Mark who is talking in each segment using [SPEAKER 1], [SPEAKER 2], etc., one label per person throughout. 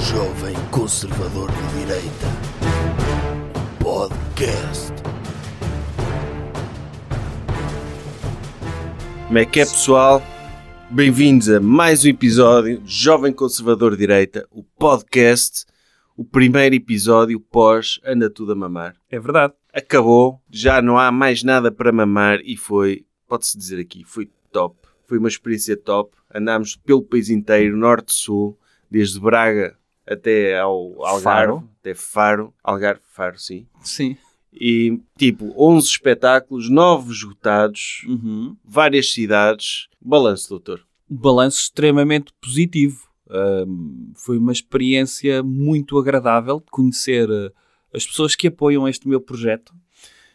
[SPEAKER 1] jovem conservador de direita. Podcast.
[SPEAKER 2] Como é que é, pessoal? Bem-vindos a mais um episódio de Jovem Conservador de Direita, o podcast, o primeiro episódio pós Anda Tudo a Mamar.
[SPEAKER 3] É verdade.
[SPEAKER 2] Acabou, já não há mais nada para mamar e foi, pode-se dizer aqui, foi top. Foi uma experiência top. Andámos pelo país inteiro, norte-sul, desde Braga até ao Algarve,
[SPEAKER 3] Faro.
[SPEAKER 2] até Faro, Algarve, Faro, sim.
[SPEAKER 3] Sim.
[SPEAKER 2] E tipo, 11 espetáculos, 9 esgotados,
[SPEAKER 3] Uhum.
[SPEAKER 2] várias cidades. Balanço, doutor.
[SPEAKER 3] Balanço extremamente positivo. Ahm, foi uma experiência muito agradável de conhecer eh, as pessoas que apoiam este meu projeto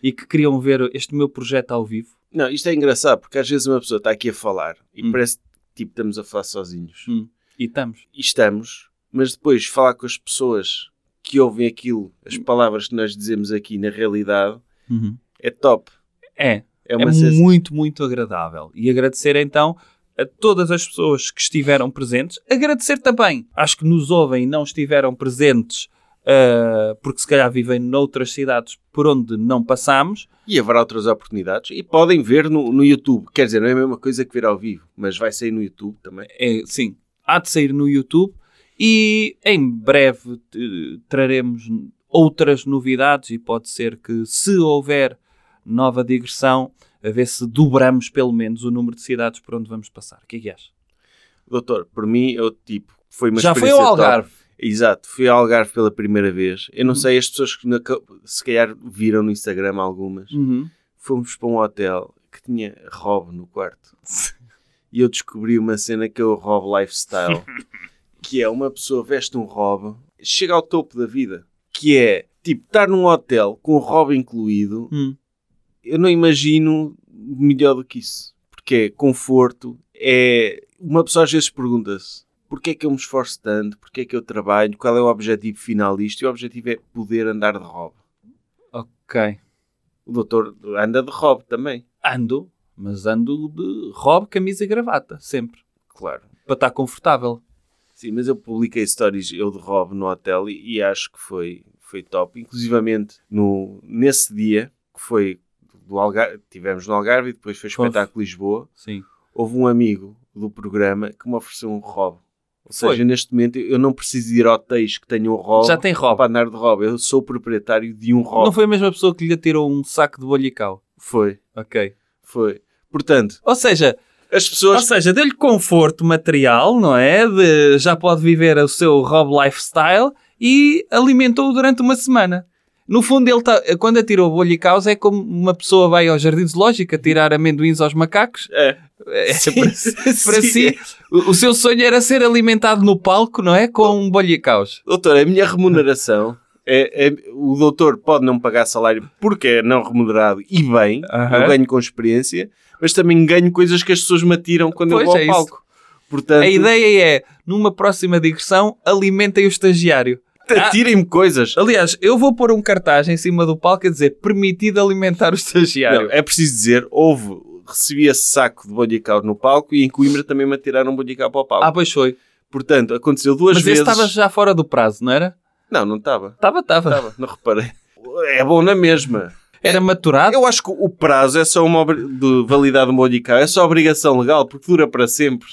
[SPEAKER 3] e que queriam ver este meu projeto ao vivo.
[SPEAKER 2] Não, isto é engraçado porque às vezes uma pessoa está aqui a falar e
[SPEAKER 3] Hum.
[SPEAKER 2] parece que tipo, estamos a falar sozinhos.
[SPEAKER 3] Hum. E estamos.
[SPEAKER 2] E estamos, mas depois falar com as pessoas que ouvem aquilo,
[SPEAKER 3] Hum.
[SPEAKER 2] as palavras que nós dizemos aqui na realidade, é top.
[SPEAKER 3] Uhum. É,
[SPEAKER 2] É
[SPEAKER 3] é
[SPEAKER 2] uma sensação.
[SPEAKER 3] muito, muito agradável. E agradecer então a todas as pessoas que estiveram presentes. Agradecer também às que nos ouvem e não estiveram presentes, ah, porque se calhar vivem noutras cidades por onde não passámos.
[SPEAKER 2] E haverá outras oportunidades. E podem ver no, no YouTube. Quer dizer, não é a mesma coisa que ver ao vivo, mas vai sair no YouTube também.
[SPEAKER 3] É, sim, há de sair no YouTube e em breve eh, traremos outras novidades e pode ser que, se houver nova digressão, a ver se dobramos pelo menos o número de cidades por onde vamos passar. O que é que achas?
[SPEAKER 2] Doutor, por mim é outro tipo. Foi uma
[SPEAKER 3] Já foi ao
[SPEAKER 2] experiência top.
[SPEAKER 3] Algarve.
[SPEAKER 2] Exato, fui ao Algarve pela primeira vez. Eu não sei, as pessoas que nunca- se calhar viram no Instagram algumas.
[SPEAKER 3] Uhum.
[SPEAKER 2] fomos para um hotel que tinha Rob no quarto e eu descobri uma cena que é o Rob Lifestyle, que é uma pessoa veste um Rob, chega ao topo da vida, que é tipo estar num hotel com o Rob incluído.
[SPEAKER 3] Hum.
[SPEAKER 2] Eu não imagino melhor do que isso, porque é conforto, é uma pessoa às vezes pergunta-se. Porquê é que eu me esforço tanto? Porquê é que eu trabalho? Qual é o objetivo final disto? E o objetivo é poder andar de robe.
[SPEAKER 3] Ok.
[SPEAKER 2] O doutor anda de robe também,
[SPEAKER 3] Ando, mas ando de robe, camisa e gravata, sempre.
[SPEAKER 2] claro.
[SPEAKER 3] Para estar confortável.
[SPEAKER 2] Sim, mas eu publiquei stories eu de Rob no hotel e, e acho que foi, foi top. Inclusivamente no, nesse dia, que foi do Algarve, tivemos no Algarve e depois foi
[SPEAKER 3] Houve.
[SPEAKER 2] espetáculo Lisboa,
[SPEAKER 3] Sim.
[SPEAKER 2] houve um amigo do programa que me ofereceu um Rob. Ou
[SPEAKER 3] Foi.
[SPEAKER 2] seja, neste momento eu não preciso ir a hotéis que tenham Rob
[SPEAKER 3] Já tem robe.
[SPEAKER 2] para andar de Rob. Eu sou o proprietário de um Rob.
[SPEAKER 3] Não foi a mesma pessoa que lhe atirou um saco de bolha e cal.
[SPEAKER 2] Foi,
[SPEAKER 3] Ok.
[SPEAKER 2] foi. Portanto,
[SPEAKER 3] Ou seja,
[SPEAKER 2] as
[SPEAKER 3] Ou
[SPEAKER 2] pessoas...
[SPEAKER 3] seja, deu-lhe conforto material, não é? De- já pode viver o seu Rob Lifestyle e alimentou-o durante uma semana. No fundo, ele tá, quando atirou o bolho e caos, é como uma pessoa vai ao jardim zoológico a tirar amendoins aos macacos.
[SPEAKER 2] É,
[SPEAKER 3] É,
[SPEAKER 2] Sim,
[SPEAKER 3] para,
[SPEAKER 2] sim.
[SPEAKER 3] para si, o, o seu sonho era ser alimentado no palco, não é? Com um bolho e caos.
[SPEAKER 2] Doutor, a minha remuneração é, é- o doutor pode não me pagar salário porque é não remunerado e bem,
[SPEAKER 3] Aham.
[SPEAKER 2] eu ganho com experiência, mas também ganho coisas que as pessoas me atiram quando
[SPEAKER 3] Pois,
[SPEAKER 2] eu vou
[SPEAKER 3] é
[SPEAKER 2] ao
[SPEAKER 3] isso.
[SPEAKER 2] palco. Portanto,
[SPEAKER 3] A ideia é, numa próxima digressão, alimentem o estagiário.
[SPEAKER 2] atirem-me coisas.
[SPEAKER 3] Aliás, eu vou pôr um cartaz em cima do palco a dizer permitido alimentar o estagiário.
[SPEAKER 2] Não, é preciso dizer, houve, recebi esse saco de bolhical no palco e em Coimbra também me atiraram um bolhical para o palco.
[SPEAKER 3] Ah, pois foi.
[SPEAKER 2] Portanto, aconteceu duas
[SPEAKER 3] Mas
[SPEAKER 2] vezes.
[SPEAKER 3] esse estava já fora do prazo, não era?
[SPEAKER 2] Não, não estava.
[SPEAKER 3] Estava, estava.
[SPEAKER 2] Estava, não reparei. É bom na mesma.
[SPEAKER 3] Era maturado?
[SPEAKER 2] Eu acho que o prazo é só uma obri- de validade modical, é só obrigação legal, porque dura para sempre.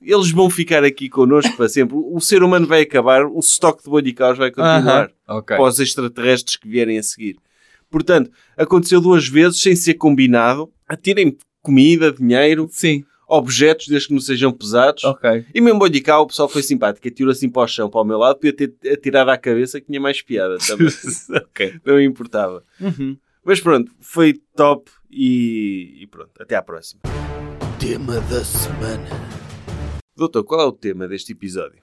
[SPEAKER 2] Eles vão ficar aqui connosco para sempre. O ser humano vai acabar, o estoque de modicaus vai continuar
[SPEAKER 3] Aham, Ok.
[SPEAKER 2] para os extraterrestres que vierem a seguir. Portanto, aconteceu duas vezes sem ser combinado. Atirem comida, dinheiro,
[SPEAKER 3] Sim.
[SPEAKER 2] objetos, desde que não sejam pesados.
[SPEAKER 3] Ok.
[SPEAKER 2] E mesmo modical, o pessoal foi simpático, atirou assim para o chão, para o meu lado, podia ter atirado à cabeça que tinha mais piada também.
[SPEAKER 3] ok.
[SPEAKER 2] não me importava.
[SPEAKER 3] Uhum.
[SPEAKER 2] Mas pronto, foi top e, e pronto, até à próxima.
[SPEAKER 1] Tema da semana.
[SPEAKER 2] Doutor, qual é o tema deste episódio?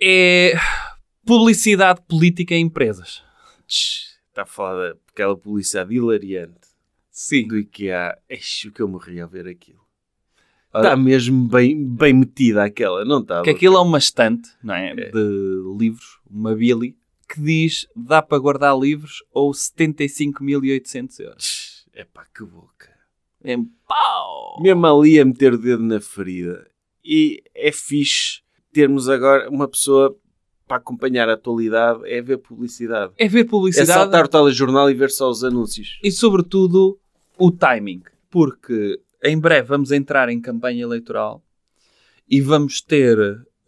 [SPEAKER 3] É publicidade política em empresas.
[SPEAKER 2] Tch, Está a falar daquela publicidade hilariante
[SPEAKER 3] Sim.
[SPEAKER 2] do IKEA. Acho que eu morri ao ver aquilo.
[SPEAKER 3] Ora.
[SPEAKER 2] Está mesmo bem, bem metida aquela, não tá, está?
[SPEAKER 3] Que
[SPEAKER 2] doutor?
[SPEAKER 3] aquilo é uma estante, não é?
[SPEAKER 2] É.
[SPEAKER 3] De livros, uma bili, que diz dá para guardar livros ou 75.800 euros.
[SPEAKER 2] Tch, Epá, que boca.
[SPEAKER 3] É pau!
[SPEAKER 2] Mesmo ali a meter o dedo na ferida. E é fixe termos agora uma pessoa para acompanhar a atualidade é ver publicidade.
[SPEAKER 3] É ver
[SPEAKER 2] É
[SPEAKER 3] publicidade
[SPEAKER 2] saltar o telejornal e ver só os anúncios.
[SPEAKER 3] e, sobretudo, o timing. Porque em breve vamos entrar em campanha eleitoral e vamos ter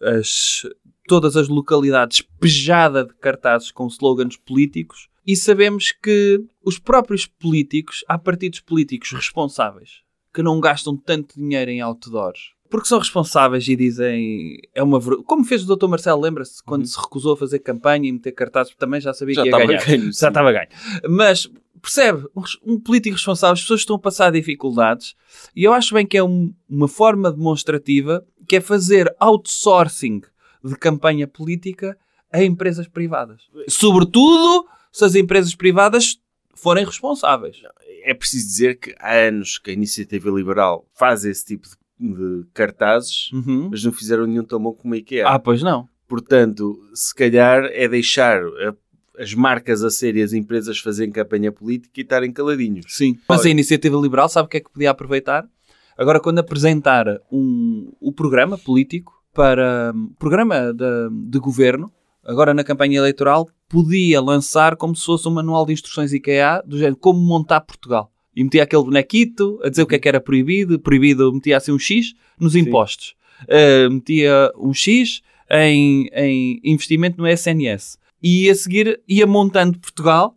[SPEAKER 3] as, todas as localidades pejada de cartazes com slogans políticos. E sabemos que os próprios políticos, há partidos políticos responsáveis que não gastam tanto dinheiro em outdoors porque são responsáveis e dizem é uma ver- como fez o Dr. Marcelo, lembra-se quando se recusou a fazer campanha e meter cartazes, porque também já sabia
[SPEAKER 2] Uhum. Já
[SPEAKER 3] é que ia
[SPEAKER 2] estava
[SPEAKER 3] ganhar
[SPEAKER 2] ganho,
[SPEAKER 3] já
[SPEAKER 2] sim.
[SPEAKER 3] estava ganho. Mas percebe, um res- um político responsável, as pessoas estão a passar dificuldades e eu acho bem que é um- uma forma demonstrativa que é fazer outsourcing de campanha política a empresas privadas. Sobretudo se as empresas privadas forem responsáveis.
[SPEAKER 2] É preciso dizer que há anos que a Iniciativa Liberal faz esse tipo de, de cartazes,
[SPEAKER 3] Uhum.
[SPEAKER 2] mas não fizeram nenhum tão bom como a IKEA.
[SPEAKER 3] Ah, pois não.
[SPEAKER 2] Portanto, se calhar é deixar a- as marcas a serem as empresas fazerem campanha política e estarem caladinhos.
[SPEAKER 3] Sim. Mas a iniciativa liberal sabe o que é que podia aproveitar? Agora, quando apresentar um, o programa político para hum, programa de, de governo, agora na campanha eleitoral, podia lançar como se fosse um manual de instruções IKEA do género como montar Portugal. E metia aquele bonequito a dizer o que é que era proibido, proibido metia assim um X nos impostos. Uh, metia um X em, em investimento no SNS. E a seguir ia montando Portugal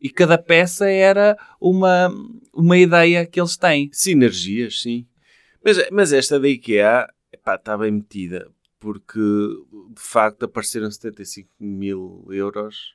[SPEAKER 3] e cada peça era uma, uma ideia que eles têm.
[SPEAKER 2] Sinergias, sim. Mas, mas esta da IKEA epá, está bem metida, porque de facto apareceram 75 mil euros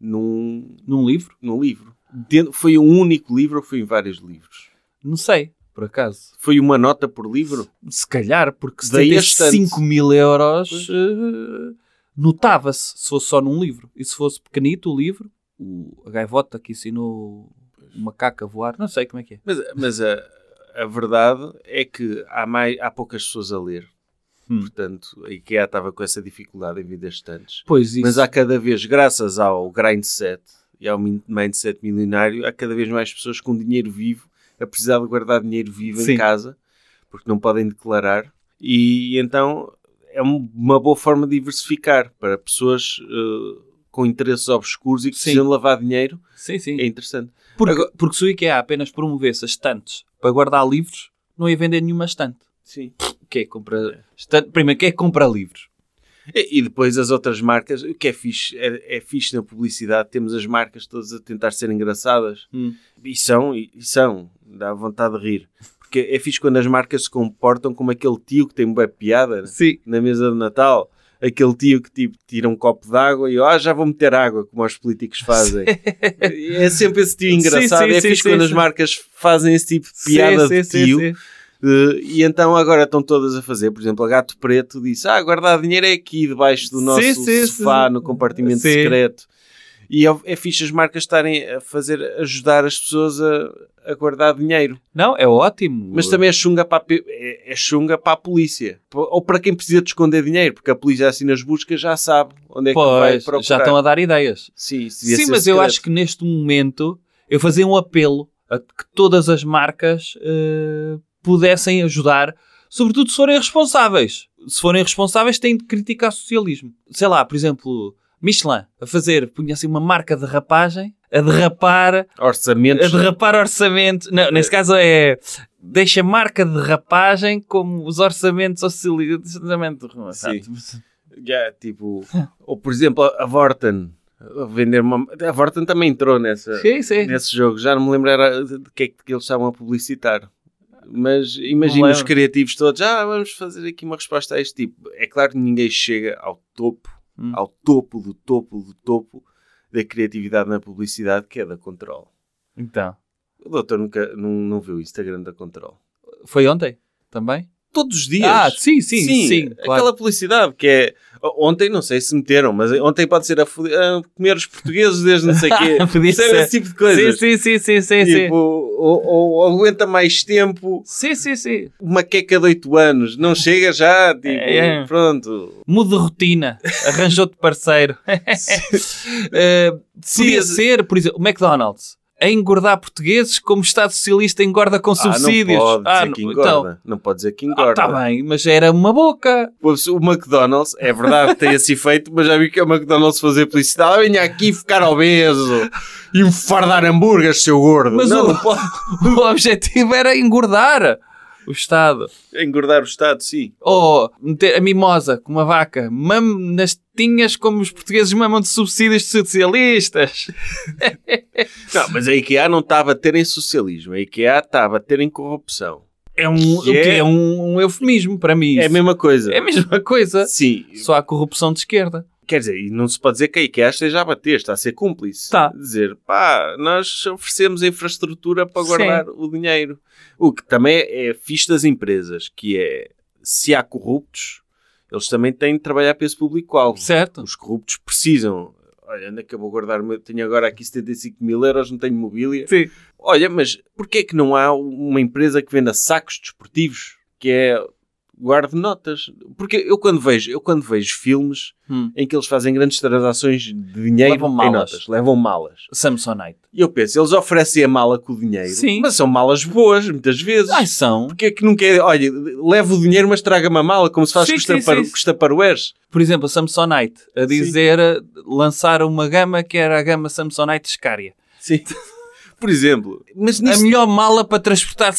[SPEAKER 2] num,
[SPEAKER 3] Num livro?
[SPEAKER 2] num livro. Dentro- foi um único livro ou foi em vários livros?
[SPEAKER 3] Não sei, por acaso.
[SPEAKER 2] Foi uma nota por livro?
[SPEAKER 3] Se calhar, porque
[SPEAKER 2] Daí a
[SPEAKER 3] 75 mil euros
[SPEAKER 2] Pois.
[SPEAKER 3] eh, notava-se se fosse só num livro. E se fosse pequenito o livro, o, a gaivota que ensinou o macaco a voar, não sei como é que é.
[SPEAKER 2] Mas, mas a, a verdade é que há, mais, há poucas pessoas a ler.
[SPEAKER 3] Hum.
[SPEAKER 2] Portanto, a IKEA estava com essa dificuldade em vidas estantes.
[SPEAKER 3] Pois isso.
[SPEAKER 2] Mas há cada vez, graças ao grindset e ao min- mindset milionário, há cada vez mais pessoas com dinheiro vivo, a precisar de guardar dinheiro vivo
[SPEAKER 3] Sim.
[SPEAKER 2] em casa, porque não podem declarar. E então é um- uma boa forma de diversificar para pessoas eh, com interesses obscuros e que
[SPEAKER 3] Sim.
[SPEAKER 2] precisam lavar dinheiro.
[SPEAKER 3] Sim, sim.
[SPEAKER 2] É interessante.
[SPEAKER 3] Porque,
[SPEAKER 2] Agora-
[SPEAKER 3] porque se o IKEA apenas promovesse as estantes para guardar livros, não ia vender nenhuma estante.
[SPEAKER 2] Sim.
[SPEAKER 3] Quem é que compra... Estante, primeiro, quem é que compra livros?
[SPEAKER 2] E, e depois as outras marcas, o que é fixe, é, é fixe na publicidade, temos as marcas todas a tentar ser engraçadas.
[SPEAKER 3] Hum.
[SPEAKER 2] E são, e e são, dá vontade de rir. Porque é fixe quando as marcas se comportam como aquele tio que tem boa piada né?
[SPEAKER 3] Sim.
[SPEAKER 2] na mesa de Natal. Aquele tio que tipo, tira um copo de água e ah, já vou meter água, como os políticos fazem. é sempre esse tio
[SPEAKER 3] Sim,
[SPEAKER 2] engraçado.
[SPEAKER 3] sim,
[SPEAKER 2] é
[SPEAKER 3] sim,
[SPEAKER 2] fixe
[SPEAKER 3] sim,
[SPEAKER 2] quando
[SPEAKER 3] sim.
[SPEAKER 2] as marcas fazem esse tipo de piada
[SPEAKER 3] sim,
[SPEAKER 2] de
[SPEAKER 3] sim,
[SPEAKER 2] tio.
[SPEAKER 3] sim.
[SPEAKER 2] Eh, e então agora estão todas a fazer. Por exemplo, a Gato Preto disse: Ah, guardar dinheiro é aqui debaixo do
[SPEAKER 3] Sim,
[SPEAKER 2] nosso
[SPEAKER 3] sim,
[SPEAKER 2] sofá,
[SPEAKER 3] sim.
[SPEAKER 2] no compartimento
[SPEAKER 3] Sim.
[SPEAKER 2] secreto. E é, é fixe as marcas estarem a fazer, ajudar as pessoas a, a guardar dinheiro.
[SPEAKER 3] Não, é ótimo.
[SPEAKER 2] Mas também é chunga, para a, pe- é, é chunga para a polícia. P- Ou para quem precisa de esonder dinheiro, porque a polícia assim nas buscas já sabe onde é que vai
[SPEAKER 3] Pois,
[SPEAKER 2] procurar.
[SPEAKER 3] já estão a dar ideias.
[SPEAKER 2] Sim, isso devia
[SPEAKER 3] Sim,
[SPEAKER 2] ser
[SPEAKER 3] mas eu
[SPEAKER 2] secreto.
[SPEAKER 3] acho que neste momento eu fazia um apelo a que todas as marcas eh, pudessem ajudar, sobretudo se forem responsáveis. Se forem responsáveis, têm de criticar o socialismo. Sei lá, por exemplo, Michelin a fazer, punha assim uma marca de rapagem, a derrapar
[SPEAKER 2] Orçamentos.
[SPEAKER 3] a derrapar orçamento. Não, nesse caso é. Deixa marca de derrapagem como os orçamentos auxiliares.
[SPEAKER 2] Sim. Já, tipo, ou por exemplo, a a Vorten. A vender uma... A Vorten também entrou nessa,
[SPEAKER 3] Sim, sim.
[SPEAKER 2] nesse jogo. Já não me lembro era de de que é que eles estavam a publicitar. Mas
[SPEAKER 3] Não
[SPEAKER 2] imagina os
[SPEAKER 3] lembro.
[SPEAKER 2] criativos todos. Ah, vamos fazer aqui uma resposta a este tipo. É claro que ninguém chega ao topo,
[SPEAKER 3] Hum.
[SPEAKER 2] ao topo do topo do topo da criatividade na publicidade, que é da Control.
[SPEAKER 3] Então.
[SPEAKER 2] O doutor nunca, não, não viu o Instagram da Control.
[SPEAKER 3] Foi ontem também?
[SPEAKER 2] Todos os dias.
[SPEAKER 3] Ah, sim, sim, sim. claro.
[SPEAKER 2] Aquela publicidade que é. Ontem não sei se meteram, mas ontem pode ser a, fode- a comer os portugueses desde não sei quê.
[SPEAKER 3] Podia
[SPEAKER 2] Percebe
[SPEAKER 3] ser.
[SPEAKER 2] esse tipo de coisa.
[SPEAKER 3] Sim, sim, sim, sim, sim.
[SPEAKER 2] Tipo, ou, ou aguenta mais tempo,
[SPEAKER 3] Sim, sim, sim.
[SPEAKER 2] uma queca de 8 anos, não chega já, tipo,
[SPEAKER 3] É.
[SPEAKER 2] pronto.
[SPEAKER 3] Muda de rotina.
[SPEAKER 2] Ah,
[SPEAKER 3] Arranjou-te parceiro. Eh, podia
[SPEAKER 2] Sim.
[SPEAKER 3] ser, por exemplo, o McDonald's. a engordar portugueses como Estado Socialista engorda com subsídios.
[SPEAKER 2] Ah, não pode dizer que
[SPEAKER 3] não-
[SPEAKER 2] engorda. não pode dizer que
[SPEAKER 3] então,
[SPEAKER 2] engorda.
[SPEAKER 3] está bem, mas era uma boca.
[SPEAKER 2] Pois, O McDonald's, é verdade que tem esse efeito, mas já vi que é o McDonald's fazer publicidade. Ah, Venha aqui ficar obeso e me fardar hambúrgueres, seu gordo.
[SPEAKER 3] Mas
[SPEAKER 2] não,
[SPEAKER 3] o,
[SPEAKER 2] não pode.
[SPEAKER 3] o objetivo era engordar o Estado.
[SPEAKER 2] Engordar o Estado, sim.
[SPEAKER 3] Ou meter a mimosa com uma vaca, mame nas tinhas como os portugueses mamam de subsídios de socialistas.
[SPEAKER 2] Não, mas a IKEA não estava a ter em socialismo. A IKEA estava a ter em corrupção.
[SPEAKER 3] É um,
[SPEAKER 2] Que
[SPEAKER 3] o quê?
[SPEAKER 2] é-
[SPEAKER 3] É um, um eufemismo para mim.
[SPEAKER 2] É a
[SPEAKER 3] isso.
[SPEAKER 2] mesma coisa.
[SPEAKER 3] É a mesma coisa.
[SPEAKER 2] Sim.
[SPEAKER 3] Só há corrupção de esquerda.
[SPEAKER 2] Quer dizer, e não se pode dizer que a IKEA esteja a bater, está a ser cúmplice.
[SPEAKER 3] Tá.
[SPEAKER 2] Dizer, pá, nós oferecemos a infraestrutura para
[SPEAKER 3] Sim.
[SPEAKER 2] guardar o dinheiro. O que também é fixe das empresas, que é, se há corruptos, eles também têm de trabalhar para esse público-alvo.
[SPEAKER 3] Certo?
[SPEAKER 2] Os corruptos precisam. Olha, onde é que eu vou guardar? o meu- Tenho agora aqui 75 mil euros, não tenho mobília.
[SPEAKER 3] Sim.
[SPEAKER 2] Olha, mas porquê é que não há uma empresa que venda sacos desportivos? Que é guarde notas. Porque eu quando vejo, eu quando vejo filmes
[SPEAKER 3] Hum.
[SPEAKER 2] em que eles fazem grandes transações de dinheiro
[SPEAKER 3] Levam
[SPEAKER 2] em
[SPEAKER 3] malas.
[SPEAKER 2] notas, levam malas.
[SPEAKER 3] Samsonite.
[SPEAKER 2] E eu penso, eles oferecem a mala com o dinheiro,
[SPEAKER 3] Sim.
[SPEAKER 2] mas são malas boas, muitas vezes.
[SPEAKER 3] Ai, são.
[SPEAKER 2] Porquê é que nunca é, olha, leva o dinheiro, mas traga-me a mala, como se faz
[SPEAKER 3] Sim,
[SPEAKER 2] com os
[SPEAKER 3] sim,
[SPEAKER 2] tapar-
[SPEAKER 3] sim.
[SPEAKER 2] com os taparueres.
[SPEAKER 3] Por exemplo, a Samsonite. A dizer, eh, lançar uma gama que era a gama Samsonite Scaria.
[SPEAKER 2] Sim. Por exemplo. Mas
[SPEAKER 3] A
[SPEAKER 2] nisso
[SPEAKER 3] melhor mala para transportar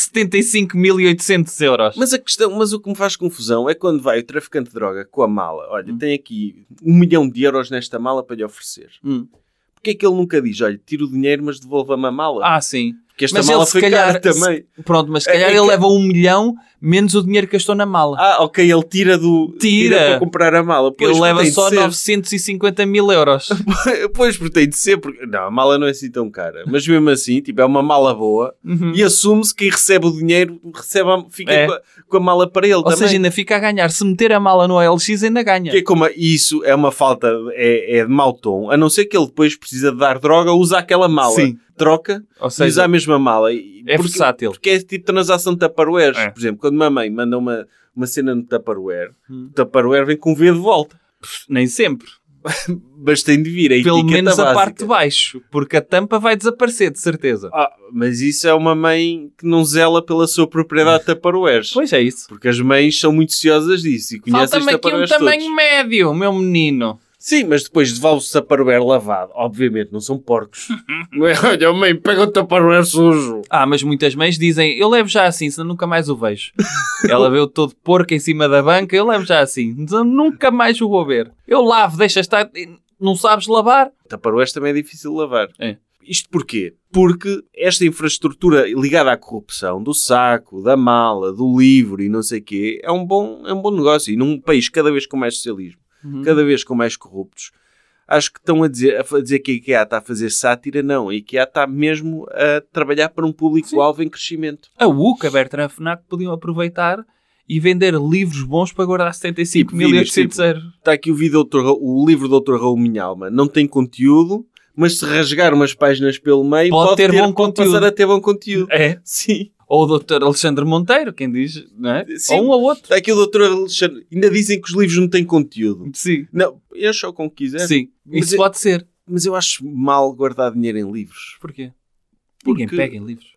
[SPEAKER 3] 75.800 euros.
[SPEAKER 2] Mas a questão, mas o que me faz confusão é quando vai o traficante de droga com a mala. Olha, tem aqui um milhão de euros nesta mala para lhe oferecer.
[SPEAKER 3] Hum.
[SPEAKER 2] Porquê é que ele nunca diz, olha, tira o dinheiro, mas devolva-me a mala?
[SPEAKER 3] Ah, sim.
[SPEAKER 2] Porque esta
[SPEAKER 3] mas
[SPEAKER 2] mala
[SPEAKER 3] ele, se
[SPEAKER 2] foi cara
[SPEAKER 3] calhar,
[SPEAKER 2] também.
[SPEAKER 3] Pronto, mas se
[SPEAKER 2] É-
[SPEAKER 3] calhar
[SPEAKER 2] é
[SPEAKER 3] ele
[SPEAKER 2] que-
[SPEAKER 3] leva um milhão menos o dinheiro que gastou na mala.
[SPEAKER 2] Ah, ok, ele tira do...
[SPEAKER 3] Tira.
[SPEAKER 2] para comprar a mala. Pois,
[SPEAKER 3] ele leva
[SPEAKER 2] tem de
[SPEAKER 3] só
[SPEAKER 2] ser.
[SPEAKER 3] 950 mil euros.
[SPEAKER 2] Pois, porque tem de ser. Porque... Não, a mala não é assim tão cara. Mas mesmo assim, tipo, é uma mala boa.
[SPEAKER 3] Uhum.
[SPEAKER 2] E assume-se que quem recebe o dinheiro recebe a- fica
[SPEAKER 3] É.
[SPEAKER 2] com, a, com a mala para ele
[SPEAKER 3] Ou
[SPEAKER 2] também.
[SPEAKER 3] seja, ainda fica a ganhar. Se meter a mala no OLX, ainda ganha.
[SPEAKER 2] Que é como a- isso é uma falta, é, é de mau tom, a não ser que ele depois precisa de dar droga, usa aquela mala,
[SPEAKER 3] Sim.
[SPEAKER 2] troca
[SPEAKER 3] Ou
[SPEAKER 2] e usa a
[SPEAKER 3] seja,
[SPEAKER 2] mesma mala. E-
[SPEAKER 3] é
[SPEAKER 2] porque,
[SPEAKER 3] versátil.
[SPEAKER 2] porque é esse tipo de transação de Tupperware.
[SPEAKER 3] É.
[SPEAKER 2] Por exemplo, quando minha mãe manda uma, uma cena no Tupperware,
[SPEAKER 3] Hum.
[SPEAKER 2] o Tupperware vem com um V de volta.
[SPEAKER 3] Nem sempre.
[SPEAKER 2] Mas tem de vir a
[SPEAKER 3] Pelo
[SPEAKER 2] etiqueta
[SPEAKER 3] menos a
[SPEAKER 2] básica.
[SPEAKER 3] parte de baixo. Porque a tampa vai desaparecer, de certeza.
[SPEAKER 2] Ah, mas isso é uma mãe que não zela pela sua propriedade de Tupperwares.
[SPEAKER 3] Pois é isso.
[SPEAKER 2] Porque as mães são muito ciosas disso e conhecem os
[SPEAKER 3] Falta-me aqui um
[SPEAKER 2] Tupperwares todos.
[SPEAKER 3] tamanho médio, meu menino.
[SPEAKER 2] Sim, mas depois devolve-se a Tupperware lavado. Obviamente, não são porcos. Não é, Olha, mãe, pega o Tupperware sujo.
[SPEAKER 3] Ah, mas muitas mães dizem, eu levo já assim, senão nunca mais o vejo. Ela vê-o todo porco em cima da banca, eu levo já assim, senão nunca mais o vou ver. Eu lavo, deixa estar, não sabes lavar?
[SPEAKER 2] Tupperwares também é difícil de lavar.
[SPEAKER 3] É.
[SPEAKER 2] Isto porquê? Porque esta infraestrutura ligada à corrupção, do saco, da mala, do livro e não sei o quê, é um bom, é um bom negócio. E num país cada vez com mais socialismo,
[SPEAKER 3] Uhum.
[SPEAKER 2] cada vez com mais corruptos, acho que estão a dizer, a fa- dizer que a IKEA está a fazer sátira. Não, a IKEA está mesmo a trabalhar para um público-alvo em crescimento.
[SPEAKER 3] A UCA, Bertrand a Fnac, podiam aproveitar e vender livros bons para guardar 75 mil e
[SPEAKER 2] vídeos,
[SPEAKER 3] 800
[SPEAKER 2] tipo,
[SPEAKER 3] euros.
[SPEAKER 2] Está aqui o, vídeo do Dr. Ra- o livro do Dr. Raul Minhalma. Não tem conteúdo, mas se rasgar umas páginas pelo meio,
[SPEAKER 3] Pode
[SPEAKER 2] pode,
[SPEAKER 3] ter bom
[SPEAKER 2] pode
[SPEAKER 3] conteúdo.
[SPEAKER 2] passar a ter bom conteúdo.
[SPEAKER 3] É.
[SPEAKER 2] Sim.
[SPEAKER 3] Ou o Dr. Alexandre Monteiro, quem diz, não é?
[SPEAKER 2] Sim.
[SPEAKER 3] Ou um ou outro.
[SPEAKER 2] Está Tá aqui o Dr. Alexandre. Ainda dizem que os livros não têm conteúdo.
[SPEAKER 3] Sim.
[SPEAKER 2] Não, encha o como quiser.
[SPEAKER 3] Sim.
[SPEAKER 2] Mas
[SPEAKER 3] Isso
[SPEAKER 2] é-
[SPEAKER 3] pode ser.
[SPEAKER 2] Mas eu acho mal guardar dinheiro em livros.
[SPEAKER 3] Porquê?
[SPEAKER 2] Porque-
[SPEAKER 3] Ninguém pega em livros.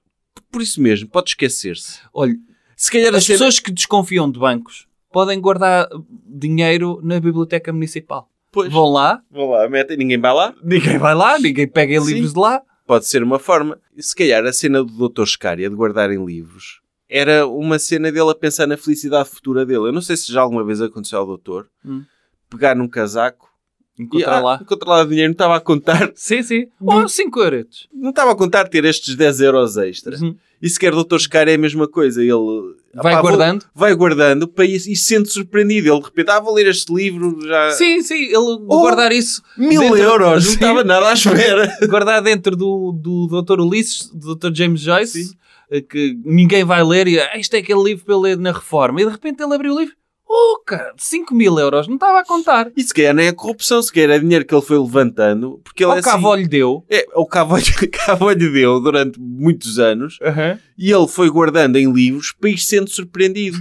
[SPEAKER 2] Por isso mesmo, pode esquecer-se.
[SPEAKER 3] Olha,
[SPEAKER 2] Se calhar
[SPEAKER 3] As
[SPEAKER 2] a cena-
[SPEAKER 3] pessoas que desconfiam de bancos podem guardar dinheiro na biblioteca municipal.
[SPEAKER 2] Pois,
[SPEAKER 3] Vão lá,
[SPEAKER 2] vão lá, metem, ninguém vai lá.
[SPEAKER 3] ninguém vai lá, ninguém pega
[SPEAKER 2] Sim.
[SPEAKER 3] livros de lá.
[SPEAKER 2] Pode ser uma forma. Se calhar a cena do Dr. Scária de guardar em livros era uma cena dele a pensar na felicidade futura dele. Eu não sei se já alguma vez aconteceu ao doutor
[SPEAKER 3] Hum.
[SPEAKER 2] pegar num casaco
[SPEAKER 3] Encontrar
[SPEAKER 2] ah,
[SPEAKER 3] lá.
[SPEAKER 2] encontrar lá dinheiro, não estava a contar,
[SPEAKER 3] Sim, sim. Ou 5 euros.
[SPEAKER 2] não estava a contar ter estes 10 euros extra.
[SPEAKER 3] Uhum.
[SPEAKER 2] E sequer o Dr. Scária é a mesma coisa. Ele
[SPEAKER 3] Vai
[SPEAKER 2] "Ah, pá, vou-
[SPEAKER 3] guardando.
[SPEAKER 2] vai guardando para isso, e sente surpreendido. Ele de repente, ah, vou ler este livro já.
[SPEAKER 3] Sim, sim. Ele guardar isso.
[SPEAKER 2] Mil
[SPEAKER 3] Dentro-
[SPEAKER 2] euros, não
[SPEAKER 3] Sim.
[SPEAKER 2] estava nada à espera.
[SPEAKER 3] guardar dentro do, do Dr. Ulisses, do Dr. James Joyce,
[SPEAKER 2] Sim.
[SPEAKER 3] eh, que ninguém vai ler e ah, isto é aquele livro para eu ler na reforma. E de repente ele abriu o livro. Oh, cara, 5 mil euros. Não estava a contar.
[SPEAKER 2] E se calhar não é corrupção, se calhar é dinheiro que ele foi levantando, porque ele é
[SPEAKER 3] Ou o
[SPEAKER 2] assim-
[SPEAKER 3] Cavó lhe deu.
[SPEAKER 2] É, o Cavalho, Cavalho deu durante muitos anos e ele foi guardando em livros para ir sendo surpreendido.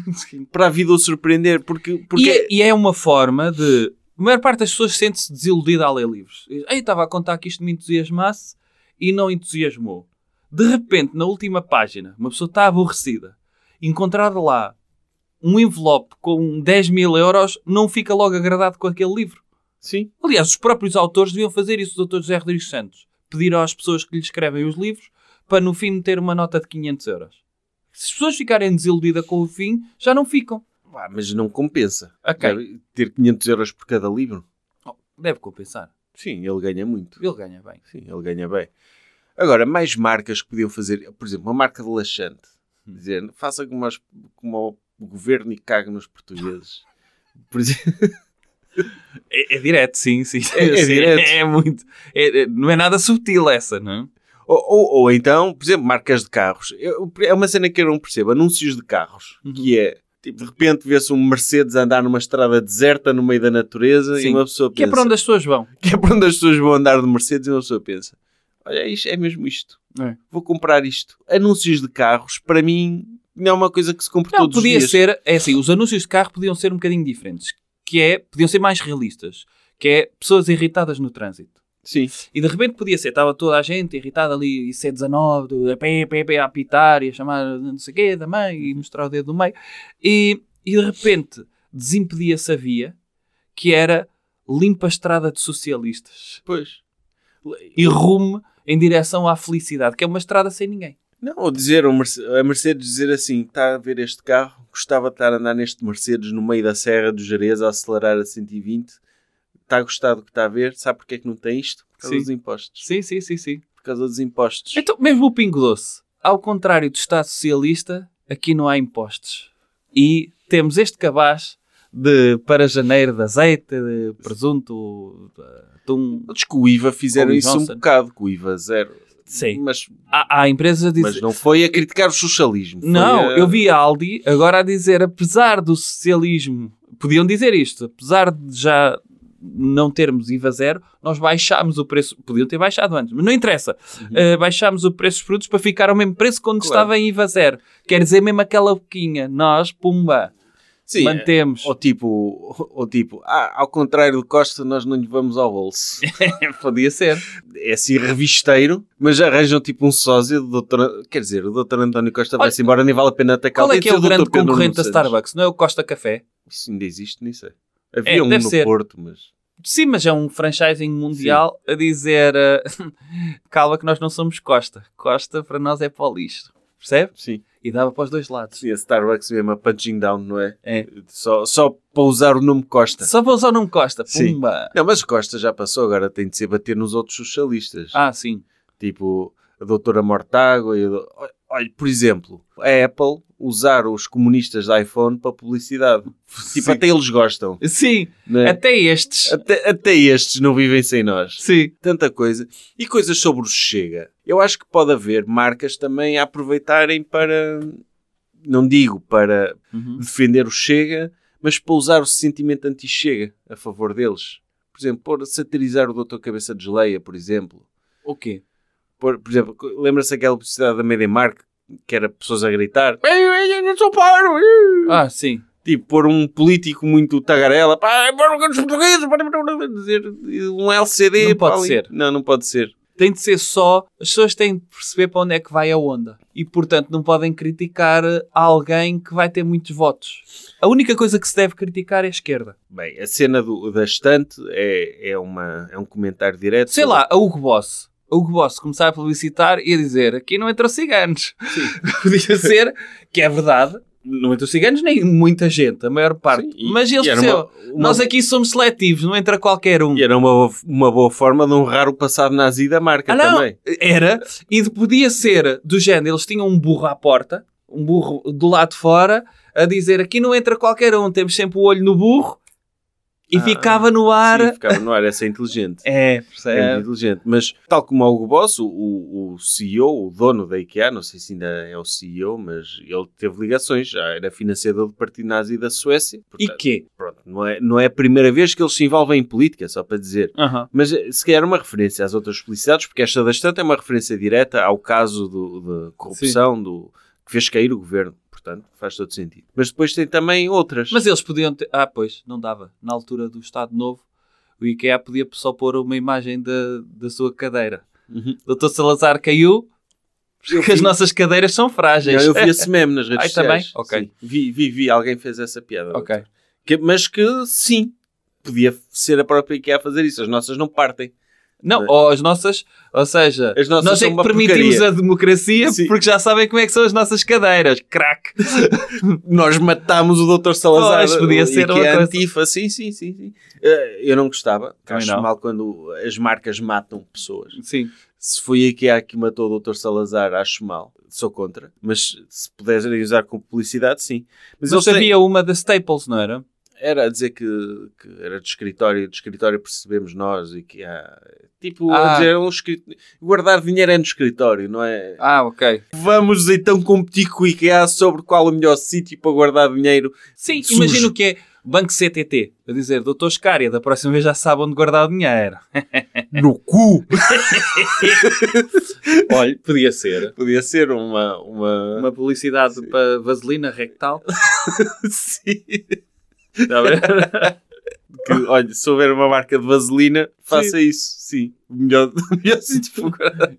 [SPEAKER 2] Para a vida o surpreender, porque, porque
[SPEAKER 3] E é- E, é uma forma de. A maior parte das pessoas sente-se desiludida a ler livros. Ei, estava a contar que isto me entusiasmasse e não entusiasmou. De repente, na última página, uma pessoa está aborrecida, encontrar lá um envelope com 10 mil euros, não fica logo agradado com aquele livro.
[SPEAKER 2] Sim.
[SPEAKER 3] Aliás, os próprios autores deviam fazer isso, o doutor José Rodrigues Santos. Pedir às pessoas que lhe escrevem os livros para no fim meter uma nota de 500 euros. Se as pessoas ficarem desiludidas com o fim, já não ficam.
[SPEAKER 2] Pá, Ah, mas não compensa.
[SPEAKER 3] Ok.
[SPEAKER 2] Deve ter 500 euros por cada livro.
[SPEAKER 3] Deve compensar.
[SPEAKER 2] Sim, ele ganha muito.
[SPEAKER 3] Ele ganha bem.
[SPEAKER 2] Sim, ele ganha bem. Agora, mais marcas que podiam fazer, por exemplo, uma marca de laxante. Dizer, faça como, as- como o governo e cague nos portugueses. Por exemplo,
[SPEAKER 3] É, é direto, sim, sim.
[SPEAKER 2] É- é
[SPEAKER 3] Sim,
[SPEAKER 2] direto.
[SPEAKER 3] é muito. é- é- não é nada sutil essa, não é?
[SPEAKER 2] ou, ou- ou então, por exemplo, marcas de carros. Eu- é uma cena que eu não percebo. Anúncios de carros.
[SPEAKER 3] Uhum.
[SPEAKER 2] Que é, tipo, de repente vê-se um Mercedes a andar numa estrada deserta no meio da natureza e
[SPEAKER 3] Sim.
[SPEAKER 2] uma pessoa
[SPEAKER 3] Que é
[SPEAKER 2] pensa...
[SPEAKER 3] para onde as pessoas vão.
[SPEAKER 2] que é para onde as pessoas vão andar de Mercedes e uma pessoa pensa: olha, isto, é mesmo isto.
[SPEAKER 3] É.
[SPEAKER 2] Vou comprar isto. Anúncios de carros, para mim, não é uma coisa que se compra
[SPEAKER 3] Não,
[SPEAKER 2] todos os
[SPEAKER 3] podia
[SPEAKER 2] dias.
[SPEAKER 3] ser, é assim, os anúncios de carro podiam ser um bocadinho diferentes, que é, podiam ser mais realistas, que é pessoas irritadas no trânsito.
[SPEAKER 2] Sim,
[SPEAKER 3] E de repente podia ser, estava toda a gente irritada ali, e C19, do- a pé, pé, pé, a apitar, e a chamar não sei o quê da mãe, e mostrar o dedo do meio. E, e de repente desimpedia-se a via, que era limpa a estrada de socialistas
[SPEAKER 2] pois.
[SPEAKER 3] e rumo em direção à felicidade, que é uma estrada sem ninguém.
[SPEAKER 2] Não, ou dizer o Merce- a Mercedes dizer assim: está a ver este carro, gostava de estar a andar neste Mercedes no meio da Serra do Jerez a acelerar a 120. Está Tá a gostar do que está a ver? Sabe porque é que não tem isto? Por causa
[SPEAKER 3] Sim.
[SPEAKER 2] dos impostos.
[SPEAKER 3] Sim, sim, sim, sim.
[SPEAKER 2] Por causa dos impostos.
[SPEAKER 3] Então, mesmo o Pingo Doce, ao contrário do Estado Socialista, aqui não há impostos. E temos este cabaz de para janeiro de azeite, de presunto, de atum.
[SPEAKER 2] Eles com o IVA fizeram
[SPEAKER 3] Com o
[SPEAKER 2] isso um
[SPEAKER 3] Johnson.
[SPEAKER 2] bocado, com o IVA zero.
[SPEAKER 3] Sim.
[SPEAKER 2] Mas
[SPEAKER 3] Há, há empresas a
[SPEAKER 2] Mas
[SPEAKER 3] dizer.
[SPEAKER 2] não foi a criticar o socialismo. foi
[SPEAKER 3] Não,
[SPEAKER 2] a-
[SPEAKER 3] eu vi a Aldi agora a dizer, apesar do socialismo, podiam dizer isto, apesar de já não termos IVA zero, nós baixámos o preço, podiam ter baixado antes, mas não interessa, Eh, baixámos o preço dos produtos para ficar ao mesmo preço quando
[SPEAKER 2] Uhum. Claro.
[SPEAKER 3] estava em IVA zero. Quer dizer, mesmo aquela boquinha, nós, pumba,
[SPEAKER 2] Sim, é.
[SPEAKER 3] mantemos.
[SPEAKER 2] Ou tipo, ou tipo ah, ao contrário do Costa, nós não lhe vamos ao bolso.
[SPEAKER 3] Podia ser.
[SPEAKER 2] É assim, revisteiro, mas arranjam tipo um sósia do doutor... Quer dizer, o doutor António Costa
[SPEAKER 3] Olha,
[SPEAKER 2] vai-se embora, nem vale a pena atacar
[SPEAKER 3] Qual é que é o
[SPEAKER 2] Deve ser
[SPEAKER 3] grande
[SPEAKER 2] doutor Pedro
[SPEAKER 3] concorrente
[SPEAKER 2] Nuno
[SPEAKER 3] da
[SPEAKER 2] Santos.
[SPEAKER 3] Starbucks? Não é o Costa Café?
[SPEAKER 2] Isso ainda existe, nem sei. Havia um
[SPEAKER 3] É, deve
[SPEAKER 2] no
[SPEAKER 3] ser.
[SPEAKER 2] Porto, mas...
[SPEAKER 3] Sim, mas é um franchising mundial a dizer eh, calma que nós não somos Costa. Costa para nós é para o lixo. Percebe?
[SPEAKER 2] Sim,
[SPEAKER 3] E dava para os dois lados.
[SPEAKER 2] sim a Starbucks mesmo, a punching down, não é?
[SPEAKER 3] É.
[SPEAKER 2] Só, só para usar o nome Costa.
[SPEAKER 3] Só para usar o nome Costa.
[SPEAKER 2] Sim.
[SPEAKER 3] Pumba.
[SPEAKER 2] Não, mas Costa já passou, agora tem de ser bater nos outros socialistas.
[SPEAKER 3] Ah, sim.
[SPEAKER 2] tipo a doutora Mortágua e a do- Olha, por exemplo, a Apple usar os comunistas da iPhone para publicidade. Tipo,
[SPEAKER 3] sim.
[SPEAKER 2] até eles gostam.
[SPEAKER 3] Sim,
[SPEAKER 2] né? Até...
[SPEAKER 3] É. até estes.
[SPEAKER 2] Até, estes não vivem sem nós.
[SPEAKER 3] Sim.
[SPEAKER 2] Tanta coisa. E coisas sobre o Chega. Eu acho que pode haver marcas também a aproveitarem para... Não digo para
[SPEAKER 3] Uhum.
[SPEAKER 2] defender o Chega, mas para usar o sentimento anti-Chega a favor deles. Por exemplo, por satirizar o Doutor Cabeça de Geleia, por exemplo.
[SPEAKER 3] O quê?
[SPEAKER 2] Por, por exemplo, co- lembra-se aquela publicidade da Mediamark que era pessoas a gritar "Ei, ei, eu não sou paro! ei!"
[SPEAKER 3] Ah, sim.
[SPEAKER 2] Tipo, pôr um político muito tagarela pá, é para os portugueses, para- para- para", dizer um LCD.
[SPEAKER 3] Não pode
[SPEAKER 2] para ali.
[SPEAKER 3] ser.
[SPEAKER 2] Não, não pode ser.
[SPEAKER 3] Tem de ser só. As pessoas têm de perceber para onde é que vai a onda. E, portanto, não podem criticar alguém que vai ter muitos votos. A única coisa que se deve criticar é a esquerda.
[SPEAKER 2] Bem, a cena do- da estante é, é, uma, é um comentário direto.
[SPEAKER 3] Sei
[SPEAKER 2] sobre-
[SPEAKER 3] lá, a Hugo Boss. A Hugo Boss começar a publicitar e a dizer aqui não entram ciganos. Podia ser que é verdade. Não entram ciganos nem muita gente, a maior parte.
[SPEAKER 2] Sim, e-
[SPEAKER 3] Mas eles
[SPEAKER 2] e era
[SPEAKER 3] percebem.
[SPEAKER 2] uma- uma-
[SPEAKER 3] Nós aqui somos seletivos, não entra qualquer um.
[SPEAKER 2] E era uma, boa- uma boa forma de honrar o passado nazi da marca
[SPEAKER 3] Ah, não.
[SPEAKER 2] também.
[SPEAKER 3] Era, e de- podia ser do género, eles tinham um burro à porta, um burro do lado de fora, a dizer aqui não entra qualquer um, temos sempre o olho no burro, e
[SPEAKER 2] Ah,
[SPEAKER 3] ficava no ar.
[SPEAKER 2] Sim, ficava no ar, essa é inteligente.
[SPEAKER 3] É,
[SPEAKER 2] É muito
[SPEAKER 3] percebe?
[SPEAKER 2] inteligente. Mas, tal como o Hugo Boss, o, o- o CEO, o dono da IKEA, não sei se ainda é o CEO, mas ele teve ligações, já era financiador do Partido Nazi da Suécia.
[SPEAKER 3] E
[SPEAKER 2] Portanto,
[SPEAKER 3] quê?
[SPEAKER 2] pronto, não é, não é a primeira vez que eles se envolvem em política, só para dizer.
[SPEAKER 3] Aham.
[SPEAKER 2] Mas eh, se calhar uma referência às outras publicidades, porque esta da estante é uma referência direta ao caso do, de corrupção do, que fez cair o governo. Portanto, faz todo sentido. Mas depois tem também outras.
[SPEAKER 3] Mas eles podiam ter. Ah, pois, não dava. Na altura do Estado Novo, o IKEA podia só pôr uma imagem da, da sua cadeira.
[SPEAKER 2] Uhum.
[SPEAKER 3] Doutor Salazar caiu, Porque as nossas cadeiras são frágeis.
[SPEAKER 2] Não, eu vi esse meme nas redes
[SPEAKER 3] é Ai,
[SPEAKER 2] sociais.
[SPEAKER 3] também? Ok.
[SPEAKER 2] Sim. Vi, vi, vi, alguém fez essa piada.
[SPEAKER 3] É. ok.
[SPEAKER 2] Que- mas que sim, podia ser a própria IKEA a fazer isso. As nossas não partem.
[SPEAKER 3] Não, ou as nossas, ou seja,
[SPEAKER 2] É. As nossas
[SPEAKER 3] nós
[SPEAKER 2] são
[SPEAKER 3] é que
[SPEAKER 2] uma
[SPEAKER 3] permitimos
[SPEAKER 2] porcaria.
[SPEAKER 3] a democracia
[SPEAKER 2] Sim.
[SPEAKER 3] porque já sabem como é que são as nossas cadeiras. Crack!
[SPEAKER 2] Nós matámos o Dr. Salazar.
[SPEAKER 3] Pois, podia ser
[SPEAKER 2] que
[SPEAKER 3] uma
[SPEAKER 2] é
[SPEAKER 3] coisa.
[SPEAKER 2] antifa. Sim, sim, sim. sim. Eh, eu não gostava.
[SPEAKER 3] Também
[SPEAKER 2] Acho
[SPEAKER 3] não.
[SPEAKER 2] mal quando as marcas matam pessoas.
[SPEAKER 3] Sim.
[SPEAKER 2] Se foi a IKEA que matou o Dr. Salazar, acho mal. Sou contra. Mas se puderem usar com publicidade, sim.
[SPEAKER 3] Mas,
[SPEAKER 2] eles
[SPEAKER 3] eles
[SPEAKER 2] têm-
[SPEAKER 3] havia uma da Staples, não era?
[SPEAKER 2] Era a dizer que, que era de escritório, de escritório percebemos nós e que há. Tipo,
[SPEAKER 3] Ah.
[SPEAKER 2] a dizer, um escrit... guardar dinheiro é no escritório, não é?
[SPEAKER 3] Ah, ok.
[SPEAKER 2] Vamos então competir com o IKEA sobre qual o melhor sítio para guardar dinheiro.
[SPEAKER 3] Sim,
[SPEAKER 2] Sujo.
[SPEAKER 3] imagino o que é Banco CTT. A dizer, doutor Escária, da próxima vez já sabe onde guardar o dinheiro.
[SPEAKER 2] No cu!
[SPEAKER 3] Olha, podia ser.
[SPEAKER 2] Podia ser uma. uma...
[SPEAKER 3] Uma publicidade para vaselina rectal.
[SPEAKER 2] Sim.
[SPEAKER 3] Está Tá a ver?
[SPEAKER 2] Que, olha, se houver uma marca de vaselina, faça isso, sim. O melhor, o melhor sítio para
[SPEAKER 3] Tipo,
[SPEAKER 2] guardar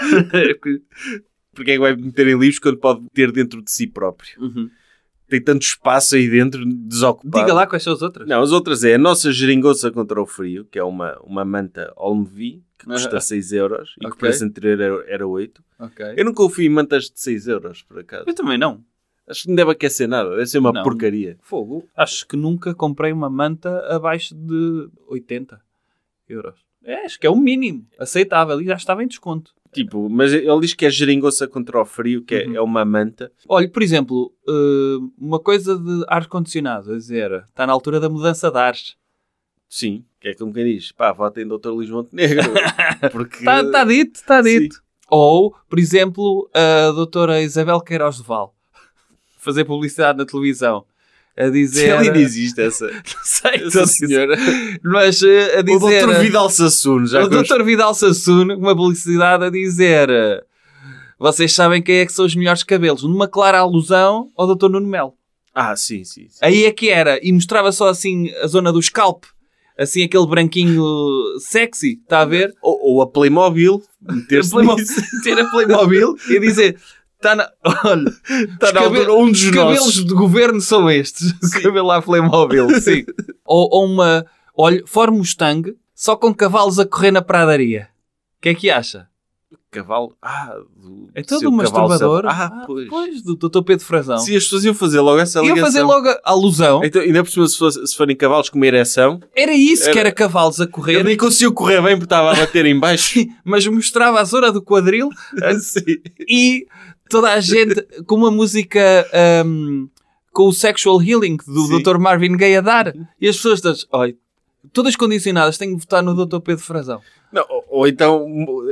[SPEAKER 2] dinheiro. Porque é que vai meter em livros quando pode ter dentro de si próprio?
[SPEAKER 3] Uhum.
[SPEAKER 2] tem tanto espaço aí dentro desocupado.
[SPEAKER 3] Diga lá quais são as outras.
[SPEAKER 2] Não, as outras é a nossa geringonça contra o frio, que é uma, uma manta Olmevi, que custa
[SPEAKER 3] Ah.
[SPEAKER 2] 6 euros e que o
[SPEAKER 3] Ok.
[SPEAKER 2] preço anterior era, era 8.
[SPEAKER 3] Ok.
[SPEAKER 2] Eu nunca ouvi mantas de 6 euros, por acaso.
[SPEAKER 3] Eu também não.
[SPEAKER 2] Acho que não deve aquecer nada, deve ser uma
[SPEAKER 3] Não.
[SPEAKER 2] porcaria.
[SPEAKER 3] Fogo. Acho que nunca comprei uma manta abaixo de 80 euros. É, acho que é o mínimo aceitável e já estava em desconto.
[SPEAKER 2] Tipo, mas ele diz que é geringonça contra o frio, que é,
[SPEAKER 3] Uhum.
[SPEAKER 2] é uma manta.
[SPEAKER 3] Olha, por exemplo, eh, uma coisa de ar-condicionado, a dizer, está na altura da mudança de ares.
[SPEAKER 2] Sim, que é como quem diz, pá, votem Dr. Luís Montenegro. Porque...
[SPEAKER 3] Está dito, está Tá, dito. Ou, por exemplo, a doutora Isabel Queiroz de Val, fazer publicidade na televisão, a
[SPEAKER 2] Se
[SPEAKER 3] dizer...
[SPEAKER 2] ela ainda existe, essa,
[SPEAKER 3] Não sei,
[SPEAKER 2] essa senhora.
[SPEAKER 3] mas eh, a
[SPEAKER 2] O
[SPEAKER 3] dizer...
[SPEAKER 2] Dr. Vidal Sassoon, já
[SPEAKER 3] o
[SPEAKER 2] que eu
[SPEAKER 3] Dr. Vidal Sassoon, uma publicidade a dizer eh, vocês sabem quem é que são os melhores cabelos, numa clara alusão ao Dr. Nuno Melo.
[SPEAKER 2] Ah, sim, sim. sim.
[SPEAKER 3] Aí é que era, e mostrava só assim a zona do scalp, assim aquele branquinho sexy, está a ver?
[SPEAKER 2] Ou, ou a Playmobil, meter-se
[SPEAKER 3] A Playmo-
[SPEAKER 2] nisso.
[SPEAKER 3] Ter a Playmobil e dizer, está na... Olha,
[SPEAKER 2] Está na
[SPEAKER 3] cabe-
[SPEAKER 2] altura um dos
[SPEAKER 3] os cabelos
[SPEAKER 2] nossos.
[SPEAKER 3] de governo são estes. O cabelo à Playmobil, sim. ou, ou uma, olha, Ford Mustang, só com cavalos a correr na pradaria. O que é que acha?
[SPEAKER 2] Cavalo. Ah, do,
[SPEAKER 3] É todo
[SPEAKER 2] seu
[SPEAKER 3] um
[SPEAKER 2] cavalo
[SPEAKER 3] masturbador.
[SPEAKER 2] sab- Ah, pois.
[SPEAKER 3] do Dr. Pedro Frazão.
[SPEAKER 2] Se as pessoas iam fazer logo essa
[SPEAKER 3] Iam
[SPEAKER 2] ligação.
[SPEAKER 3] fazer logo a alusão.
[SPEAKER 2] Então, ainda por cima, se, fosse- se forem cavalos com uma ereção,
[SPEAKER 3] Era isso que
[SPEAKER 2] Era-
[SPEAKER 3] era cavalos a
[SPEAKER 2] ele
[SPEAKER 3] correr,
[SPEAKER 2] nem conseguiu correr bem porque estava a bater em baixo. Ah,
[SPEAKER 3] mas mostrava a zona do quadril
[SPEAKER 2] Sim.
[SPEAKER 3] e toda a gente com uma música ahm, com o sexual healing do
[SPEAKER 2] Sim.
[SPEAKER 3] Dr. Marvin Gaye a dar. E as pessoas das, olha, todas condicionadas, tenho de votar no Dr. Pedro Frazão.
[SPEAKER 2] Não, ou, ou então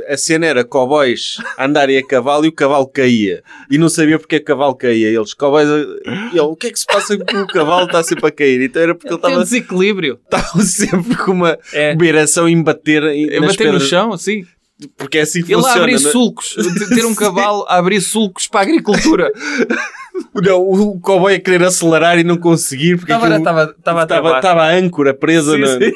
[SPEAKER 2] a cena era cowboys a andarem a cavalo e o cavalo caía. E não sabia porque é o cavalo caía. Eles, cowboys. a- e ele, o que é que se passa com o cavalo está sempre a cair? Então era porque ele
[SPEAKER 3] Tem um
[SPEAKER 2] estava
[SPEAKER 3] desequilíbrio.
[SPEAKER 2] estava sempre com uma
[SPEAKER 3] É.
[SPEAKER 2] ereção em bater em,
[SPEAKER 3] É
[SPEAKER 2] nas
[SPEAKER 3] bater no
[SPEAKER 2] pedras.
[SPEAKER 3] chão, assim.
[SPEAKER 2] Porque é assim que
[SPEAKER 3] Ele a
[SPEAKER 2] funciona.
[SPEAKER 3] abrir
[SPEAKER 2] não é?
[SPEAKER 3] sulcos. Ter um cavalo a abrir sulcos para a agricultura.
[SPEAKER 2] Não, o cowboy a querer acelerar e não conseguir porque
[SPEAKER 3] Estava
[SPEAKER 2] aquilo-
[SPEAKER 3] estava- estava a
[SPEAKER 2] estava,
[SPEAKER 3] travar.
[SPEAKER 2] estava a âncora presa
[SPEAKER 3] Sim,
[SPEAKER 2] na...
[SPEAKER 3] sim.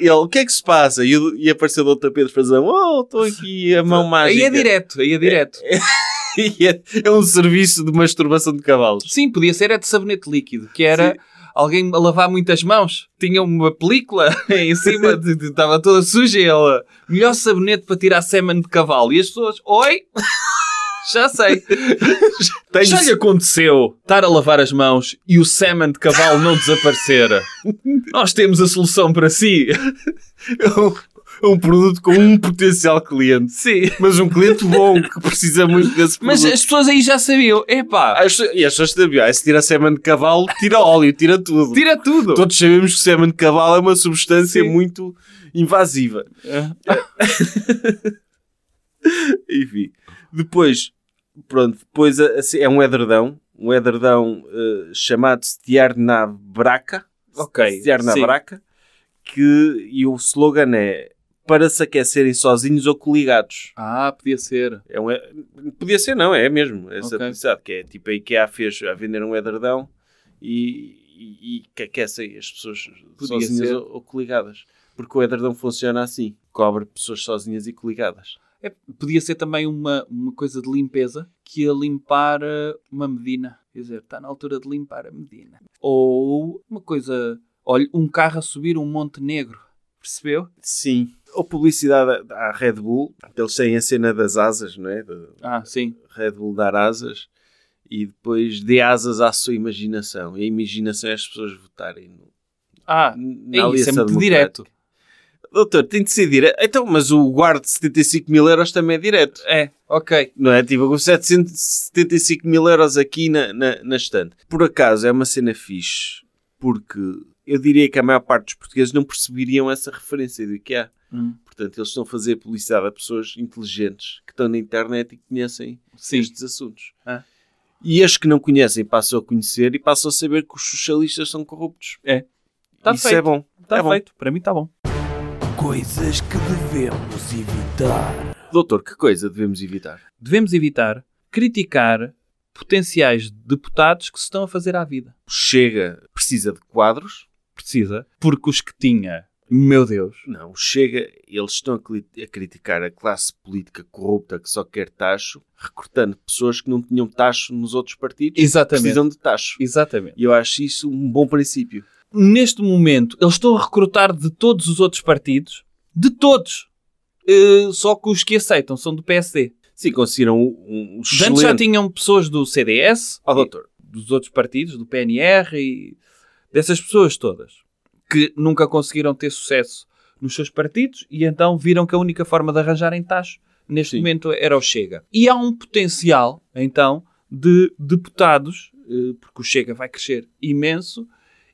[SPEAKER 2] Ele, o que é que se passa? E, o- e apareceu o Dr. Pedro Frazão, oh, estou aqui a mão mágica.
[SPEAKER 3] Aí é direto, aí é direto.
[SPEAKER 2] E é- é um serviço de masturbação de cavalos.
[SPEAKER 3] Sim, podia ser é de sabonete líquido, que era alguém a lavar muitas mãos. Tinha uma película em cima, de- de- estava toda suja e ela. Melhor sabonete para tirar sêmen de cavalo. E as pessoas, oi! Já sei.
[SPEAKER 2] Tenho-
[SPEAKER 3] Já lhe aconteceu estar a lavar as mãos e o sêmen de cavalo não desaparecer. Nós temos a solução para si.
[SPEAKER 2] um, um produto com um potencial cliente.
[SPEAKER 3] Sim.
[SPEAKER 2] Mas um cliente bom que precisa muito desse
[SPEAKER 3] Mas
[SPEAKER 2] produto.
[SPEAKER 3] as pessoas aí já sabiam. Epá,
[SPEAKER 2] As- E as pessoas sabiam, ah, se tira semen de cavalo, tira óleo, tira tudo.
[SPEAKER 3] tira tudo.
[SPEAKER 2] Todos sabemos que semen de cavalo é uma substância
[SPEAKER 3] Sim.
[SPEAKER 2] muito invasiva. Enfim. Depois, pronto, depois a- a- é um edredão, um edredão eh, chamado Stiarna Braca.
[SPEAKER 3] Ok,
[SPEAKER 2] Stiarna
[SPEAKER 3] sim.
[SPEAKER 2] Braca. Que, e o slogan é para se aquecerem sozinhos ou coligados.
[SPEAKER 3] Ah, podia ser.
[SPEAKER 2] É um, e- podia ser, não, é mesmo. Essa
[SPEAKER 3] Ok.
[SPEAKER 2] publicidade que é tipo a IKEA fez a vender um edredão e, e, e que aquecem as pessoas
[SPEAKER 3] Podia
[SPEAKER 2] sozinhas
[SPEAKER 3] ser.
[SPEAKER 2] ou, ou coligadas. Porque o edredão funciona assim: cobre pessoas sozinhas e coligadas.
[SPEAKER 3] É, podia ser também uma, uma coisa de limpeza que ia limpar eh, uma medina. Quer dizer, está na altura de limpar a medina. Ou uma coisa. Olha, um carro a subir um Monte Negro. Percebeu?
[SPEAKER 2] Sim. Ou publicidade à Red Bull, eles têm a cena das asas, não é? De
[SPEAKER 3] Ah, sim.
[SPEAKER 2] Red Bull dar asas e depois dê asas à sua imaginação. E a imaginação é as pessoas votarem no,
[SPEAKER 3] Ah,
[SPEAKER 2] na
[SPEAKER 3] é isso,
[SPEAKER 2] Aliança
[SPEAKER 3] é muito
[SPEAKER 2] Democrática.
[SPEAKER 3] direto.
[SPEAKER 2] Doutor, tem de ser direto. Então, mas o guarda de 75 mil euros também é direto.
[SPEAKER 3] É, ok.
[SPEAKER 2] Não é? Tipo, com 775 mil euros aqui na, na, na estante. Por acaso, é uma cena fixe, porque eu diria que a maior parte dos portugueses não perceberiam essa referência do IKEA.
[SPEAKER 3] Hum.
[SPEAKER 2] Portanto, eles estão a fazer publicidade a pessoas inteligentes que estão na internet e que conhecem
[SPEAKER 3] Sim.
[SPEAKER 2] estes assuntos.
[SPEAKER 3] Ah.
[SPEAKER 2] E as que não conhecem passam a conhecer e passam a saber que os socialistas são corruptos.
[SPEAKER 3] É. Tá
[SPEAKER 2] Isso
[SPEAKER 3] feito.
[SPEAKER 2] é bom.
[SPEAKER 3] Está
[SPEAKER 2] é bom.
[SPEAKER 3] feito. Para mim está bom.
[SPEAKER 1] Coisas que devemos evitar.
[SPEAKER 2] Doutor, que coisa devemos evitar?
[SPEAKER 3] Devemos evitar criticar potenciais deputados que se estão a fazer à vida.
[SPEAKER 2] Chega precisa de quadros.
[SPEAKER 3] Precisa. Porque os que tinha, meu Deus.
[SPEAKER 2] Não, Chega, eles estão a, cli- a criticar a classe política corrupta que só quer tacho, recortando pessoas que não tinham tacho nos outros partidos.
[SPEAKER 3] Exatamente.
[SPEAKER 2] Precisam de tacho.
[SPEAKER 3] Exatamente.
[SPEAKER 2] E eu acho isso um bom princípio.
[SPEAKER 3] Neste momento, eles estão a recrutar de todos os outros partidos. De todos. Eh, só que os que aceitam são do PSD.
[SPEAKER 2] Sim, conseguiram um, um
[SPEAKER 3] Os Antes já
[SPEAKER 2] excelente...
[SPEAKER 3] tinham pessoas do CDS,
[SPEAKER 2] Ó, doutor,
[SPEAKER 3] dos outros partidos, do PNR e dessas pessoas todas que nunca conseguiram ter sucesso nos seus partidos e então viram que a única forma de arranjarem tacho neste
[SPEAKER 2] Sim.
[SPEAKER 3] momento era o Chega. E há um potencial, então, de deputados, eh, porque o Chega vai crescer imenso,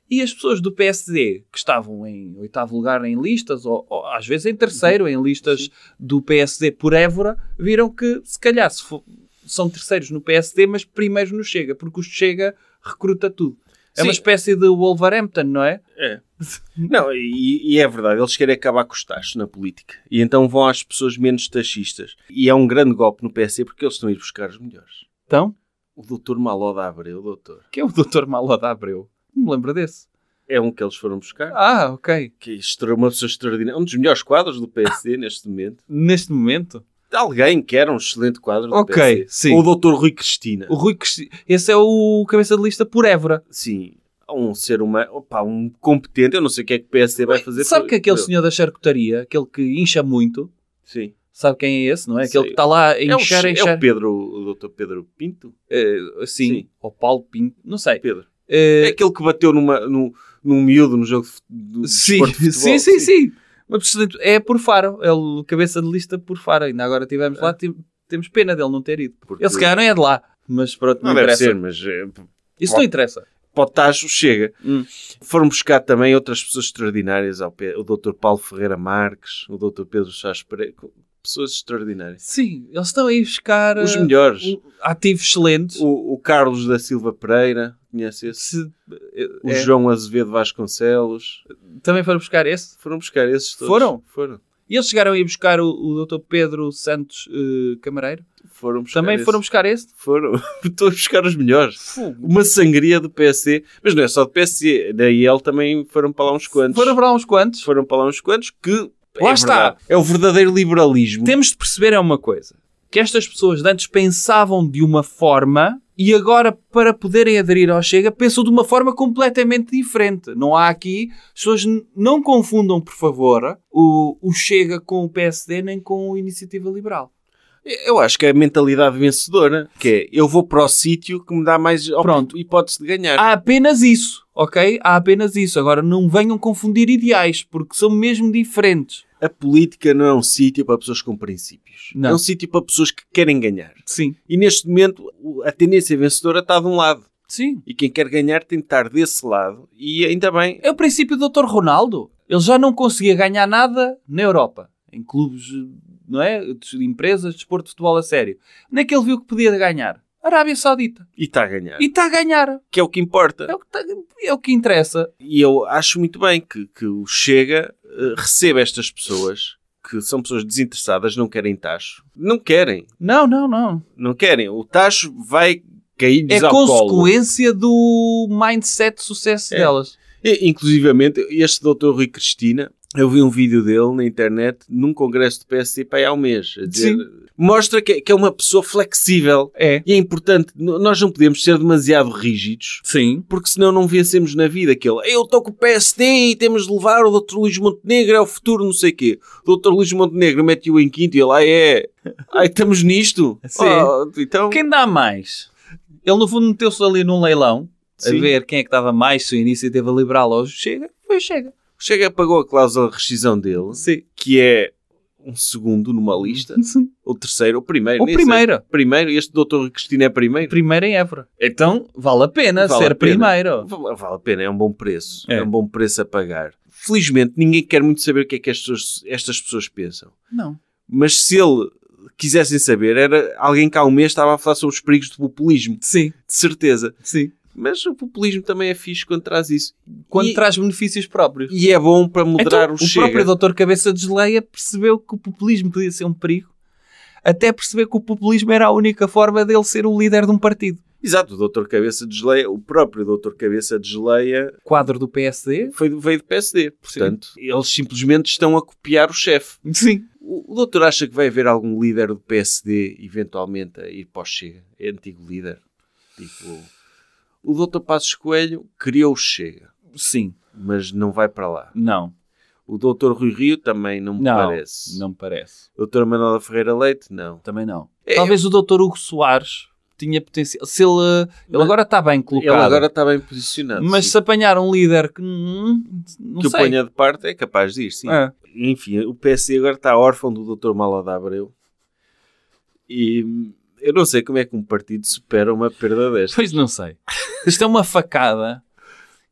[SPEAKER 3] e as pessoas do PSD que estavam em oitavo lugar em listas, ou, ou às vezes em terceiro em listas do PSD por Évora, viram que se calhar se fo- são terceiros no PSD, mas primeiros no Chega, porque o Chega recruta tudo. É uma
[SPEAKER 2] Sim.
[SPEAKER 3] espécie de Wolverhampton, não é?
[SPEAKER 2] Não, e, e é verdade, eles querem acabar com os taxos na política. E então vão às pessoas menos taxistas. E é um grande golpe no PSC porque eles estão a ir buscar os melhores.
[SPEAKER 3] Então,
[SPEAKER 2] O doutor Maló da Abreu, doutor,
[SPEAKER 3] que é o Dr. Maloda Abreu? Não me lembro desse.
[SPEAKER 2] é um que eles foram buscar.
[SPEAKER 3] Ah, ok.
[SPEAKER 2] Que é extra- uma pessoa extraordinária. Um dos melhores quadros do PSD neste momento.
[SPEAKER 3] Neste momento,
[SPEAKER 2] Alguém que era um excelente quadro do
[SPEAKER 3] Ok,
[SPEAKER 2] PSD.
[SPEAKER 3] sim.
[SPEAKER 2] Ou o doutor Rui Cristina.
[SPEAKER 3] o Rui Cristi... Esse é o cabeça de lista por Évora.
[SPEAKER 2] Sim, um ser humano, opa, um competente. Eu não sei o que é que o PSD vai fazer.
[SPEAKER 3] sabe
[SPEAKER 2] por-
[SPEAKER 3] que aquele
[SPEAKER 2] por ele.
[SPEAKER 3] senhor da charcutaria, aquele que incha muito,
[SPEAKER 2] Sim.
[SPEAKER 3] sabe quem é esse, não é? Aquele
[SPEAKER 2] Sei.
[SPEAKER 3] que está lá a
[SPEAKER 2] É o,
[SPEAKER 3] inchar, a
[SPEAKER 2] é
[SPEAKER 3] inchar.
[SPEAKER 2] o Pedro, o doutor Pedro Pinto?
[SPEAKER 3] Eh, sim.
[SPEAKER 2] Sim.
[SPEAKER 3] Ou Paulo Pinto, não sei.
[SPEAKER 2] Pedro. É
[SPEAKER 3] Eh,
[SPEAKER 2] aquele que bateu numa, num, num miúdo no jogo de, fut- do
[SPEAKER 3] Sim,
[SPEAKER 2] desporto de futebol.
[SPEAKER 3] sim, sim, sim. Mas, portanto, é por Faro. É o cabeça de lista por Faro. Ainda agora tivemos lá, ti- temos pena dele não ter ido.
[SPEAKER 2] É. Porque-
[SPEAKER 3] Ele se calhar não é de lá. Mas pronto, não,
[SPEAKER 2] Não deve
[SPEAKER 3] interessa.
[SPEAKER 2] ser, mas é,
[SPEAKER 3] Isso não interessa.
[SPEAKER 2] para o Tajo chega.
[SPEAKER 3] Hum.
[SPEAKER 2] Foram buscar também outras pessoas extraordinárias, ao pé- o Dr. Paulo Ferreira Marques, o Dr. Pedro Chás Pereira, co- pessoas extraordinárias.
[SPEAKER 3] Sim, eles estão aí buscar
[SPEAKER 2] Os
[SPEAKER 3] eh,
[SPEAKER 2] melhores.
[SPEAKER 3] um- ativos excelentes.
[SPEAKER 2] O, o Carlos da Silva Pereira, conhece esse? Eh,
[SPEAKER 3] Se-
[SPEAKER 2] O
[SPEAKER 3] é,
[SPEAKER 2] João Azevedo Vasconcelos.
[SPEAKER 3] Também foram buscar esse.
[SPEAKER 2] Foram buscar esses todos.
[SPEAKER 3] Foram?
[SPEAKER 2] Foram.
[SPEAKER 3] E eles chegaram aí buscar o, o Dr. Pedro Santos eh, Camareiro.
[SPEAKER 2] Foram buscar
[SPEAKER 3] também
[SPEAKER 2] esses.
[SPEAKER 3] foram buscar esse.
[SPEAKER 2] Foram. Estou a buscar os melhores. uma sangria do PSD, mas não é só do PSD, da IEL também foram para lá uns quantos.
[SPEAKER 3] Foram para lá uns quantos.
[SPEAKER 2] Foram para lá uns quantos que.
[SPEAKER 3] Lá
[SPEAKER 2] é
[SPEAKER 3] está.
[SPEAKER 2] verdade, é o verdadeiro liberalismo.
[SPEAKER 3] Temos de perceber é uma coisa: que estas pessoas de antes pensavam de uma forma e agora, para poderem aderir ao Chega, pensam de uma forma completamente diferente. Não há aqui. As pessoas n- não confundam, por favor, o, o Chega com o PSD nem com a Iniciativa Liberal.
[SPEAKER 2] Eu acho que é a mentalidade vencedora, que é eu vou para o sítio que me dá mais op-
[SPEAKER 3] Pronto. Ah.
[SPEAKER 2] hipótese de ganhar.
[SPEAKER 3] Há apenas isso, ok? Há apenas isso. Agora, não venham confundir ideais, porque são mesmo diferentes.
[SPEAKER 2] A política não é um sítio para pessoas com princípios.
[SPEAKER 3] Não.
[SPEAKER 2] É um sítio para pessoas que querem ganhar.
[SPEAKER 3] Sim.
[SPEAKER 2] E neste momento o- a tendência vencedora está de um lado.
[SPEAKER 3] Sim.
[SPEAKER 2] E quem quer ganhar tem de estar desse lado. E ainda bem,
[SPEAKER 3] É o princípio do Dr. Ronaldo. Ele já não conseguia ganhar nada na Europa, em clubes, não é? De empresas, de desporto de futebol a sério. Onde é que ele viu que podia ganhar? Arábia Saudita.
[SPEAKER 2] e está a ganhar.
[SPEAKER 3] E está a ganhar.
[SPEAKER 2] Que é o que importa.
[SPEAKER 3] É o que, tá- é o que interessa.
[SPEAKER 2] E eu acho muito bem que, que o Chega eh, receba estas pessoas que são pessoas desinteressadas, não querem tacho. Não querem,
[SPEAKER 3] Não, não, não.
[SPEAKER 2] não querem. O tacho vai cair-lhes
[SPEAKER 3] É
[SPEAKER 2] ao colo.
[SPEAKER 3] consequência do mindset de sucesso
[SPEAKER 2] É.
[SPEAKER 3] delas.
[SPEAKER 2] E, inclusivamente, este doutor Rui Cristina Eu vi um vídeo dele na internet, num congresso do PSD, para há um mês, a dizer, mostra que, que é uma pessoa flexível.
[SPEAKER 3] É.
[SPEAKER 2] E é importante, n- nós não podemos ser demasiado rígidos,
[SPEAKER 3] Sim.
[SPEAKER 2] porque senão não vencemos na vida aquele eu estou com o PSD e temos de levar o Dr. Luís Montenegro, é o futuro, não sei o quê. O Dr. Luís Montenegro mete-o em quinto e ele, ai é, ai estamos nisto.
[SPEAKER 3] Sim.
[SPEAKER 2] Oh, então,
[SPEAKER 3] Quem dá mais? Ele, no fundo, meteu-se ali num leilão
[SPEAKER 2] Sim.
[SPEAKER 3] a ver quem é que dava mais, se a iniciativa liberal ou o chega. Foi o chega.
[SPEAKER 2] Chega pagou a cláusula de rescisão dele,
[SPEAKER 3] Sim.
[SPEAKER 2] que é um segundo numa lista,
[SPEAKER 3] Sim.
[SPEAKER 2] ou terceiro, ou primeiro.
[SPEAKER 3] Ou
[SPEAKER 2] nem sei.
[SPEAKER 3] primeira.
[SPEAKER 2] Primeiro, este Dr. Cristina é primeiro.
[SPEAKER 3] Primeira em Évora. Então, vale a pena
[SPEAKER 2] Vale
[SPEAKER 3] ser
[SPEAKER 2] a pena.
[SPEAKER 3] primeiro.
[SPEAKER 2] Vale, vale a pena, é um bom preço. É.
[SPEAKER 3] É.
[SPEAKER 2] um bom preço a pagar. Felizmente, ninguém quer muito saber o que é que as pessoas- estas pessoas pensam.
[SPEAKER 3] Não.
[SPEAKER 2] Mas se ele quisessem saber, era alguém que há um mês estava a falar sobre os perigos do populismo,
[SPEAKER 3] Sim,
[SPEAKER 2] de certeza.
[SPEAKER 3] sim.
[SPEAKER 2] Mas o populismo também é fixe quando traz isso.
[SPEAKER 3] Quando
[SPEAKER 2] e,
[SPEAKER 3] traz benefícios próprios.
[SPEAKER 2] e é bom para moderar
[SPEAKER 3] Então,
[SPEAKER 2] o
[SPEAKER 3] o
[SPEAKER 2] chega.
[SPEAKER 3] próprio doutor Cabeça de Geleia percebeu que o populismo podia ser um perigo, até perceber que o populismo era a única forma dele ser o líder de um partido.
[SPEAKER 2] Exato, o Dr. Cabeça de Geleia, o próprio Dr. Cabeça de Geleia
[SPEAKER 3] Quadro do PSD?
[SPEAKER 2] foi, veio do PSD. Portanto, eles simplesmente estão a copiar o chefe.
[SPEAKER 3] Sim.
[SPEAKER 2] O, o doutor acha que vai haver algum líder do PSD eventualmente a ir para o Chega? É antigo líder. Tipo, o doutor Passos Coelho criou o Chega,
[SPEAKER 3] Sim.
[SPEAKER 2] mas não vai para lá.
[SPEAKER 3] Não.
[SPEAKER 2] O doutor Rui Rio também não me
[SPEAKER 3] Não.
[SPEAKER 2] parece.
[SPEAKER 3] Não me parece.
[SPEAKER 2] O doutor Manuela Ferreira Leite, não.
[SPEAKER 3] Também não.
[SPEAKER 2] É,
[SPEAKER 3] Talvez o doutor Hugo Soares tinha potencial. Se ele, ele
[SPEAKER 2] Mas-
[SPEAKER 3] agora está bem colocado.
[SPEAKER 2] Ele agora está bem posicionado.
[SPEAKER 3] mas
[SPEAKER 2] sim.
[SPEAKER 3] se apanhar um líder que. hum, não
[SPEAKER 2] que o
[SPEAKER 3] sei.
[SPEAKER 2] ponha de parte é capaz de ir, sim.
[SPEAKER 3] É.
[SPEAKER 2] Enfim, o PSD agora está órfão do doutor Malada Abreu. E hum, eu não sei como é que um partido supera uma perda desta.
[SPEAKER 3] Pois não sei. Isto é uma facada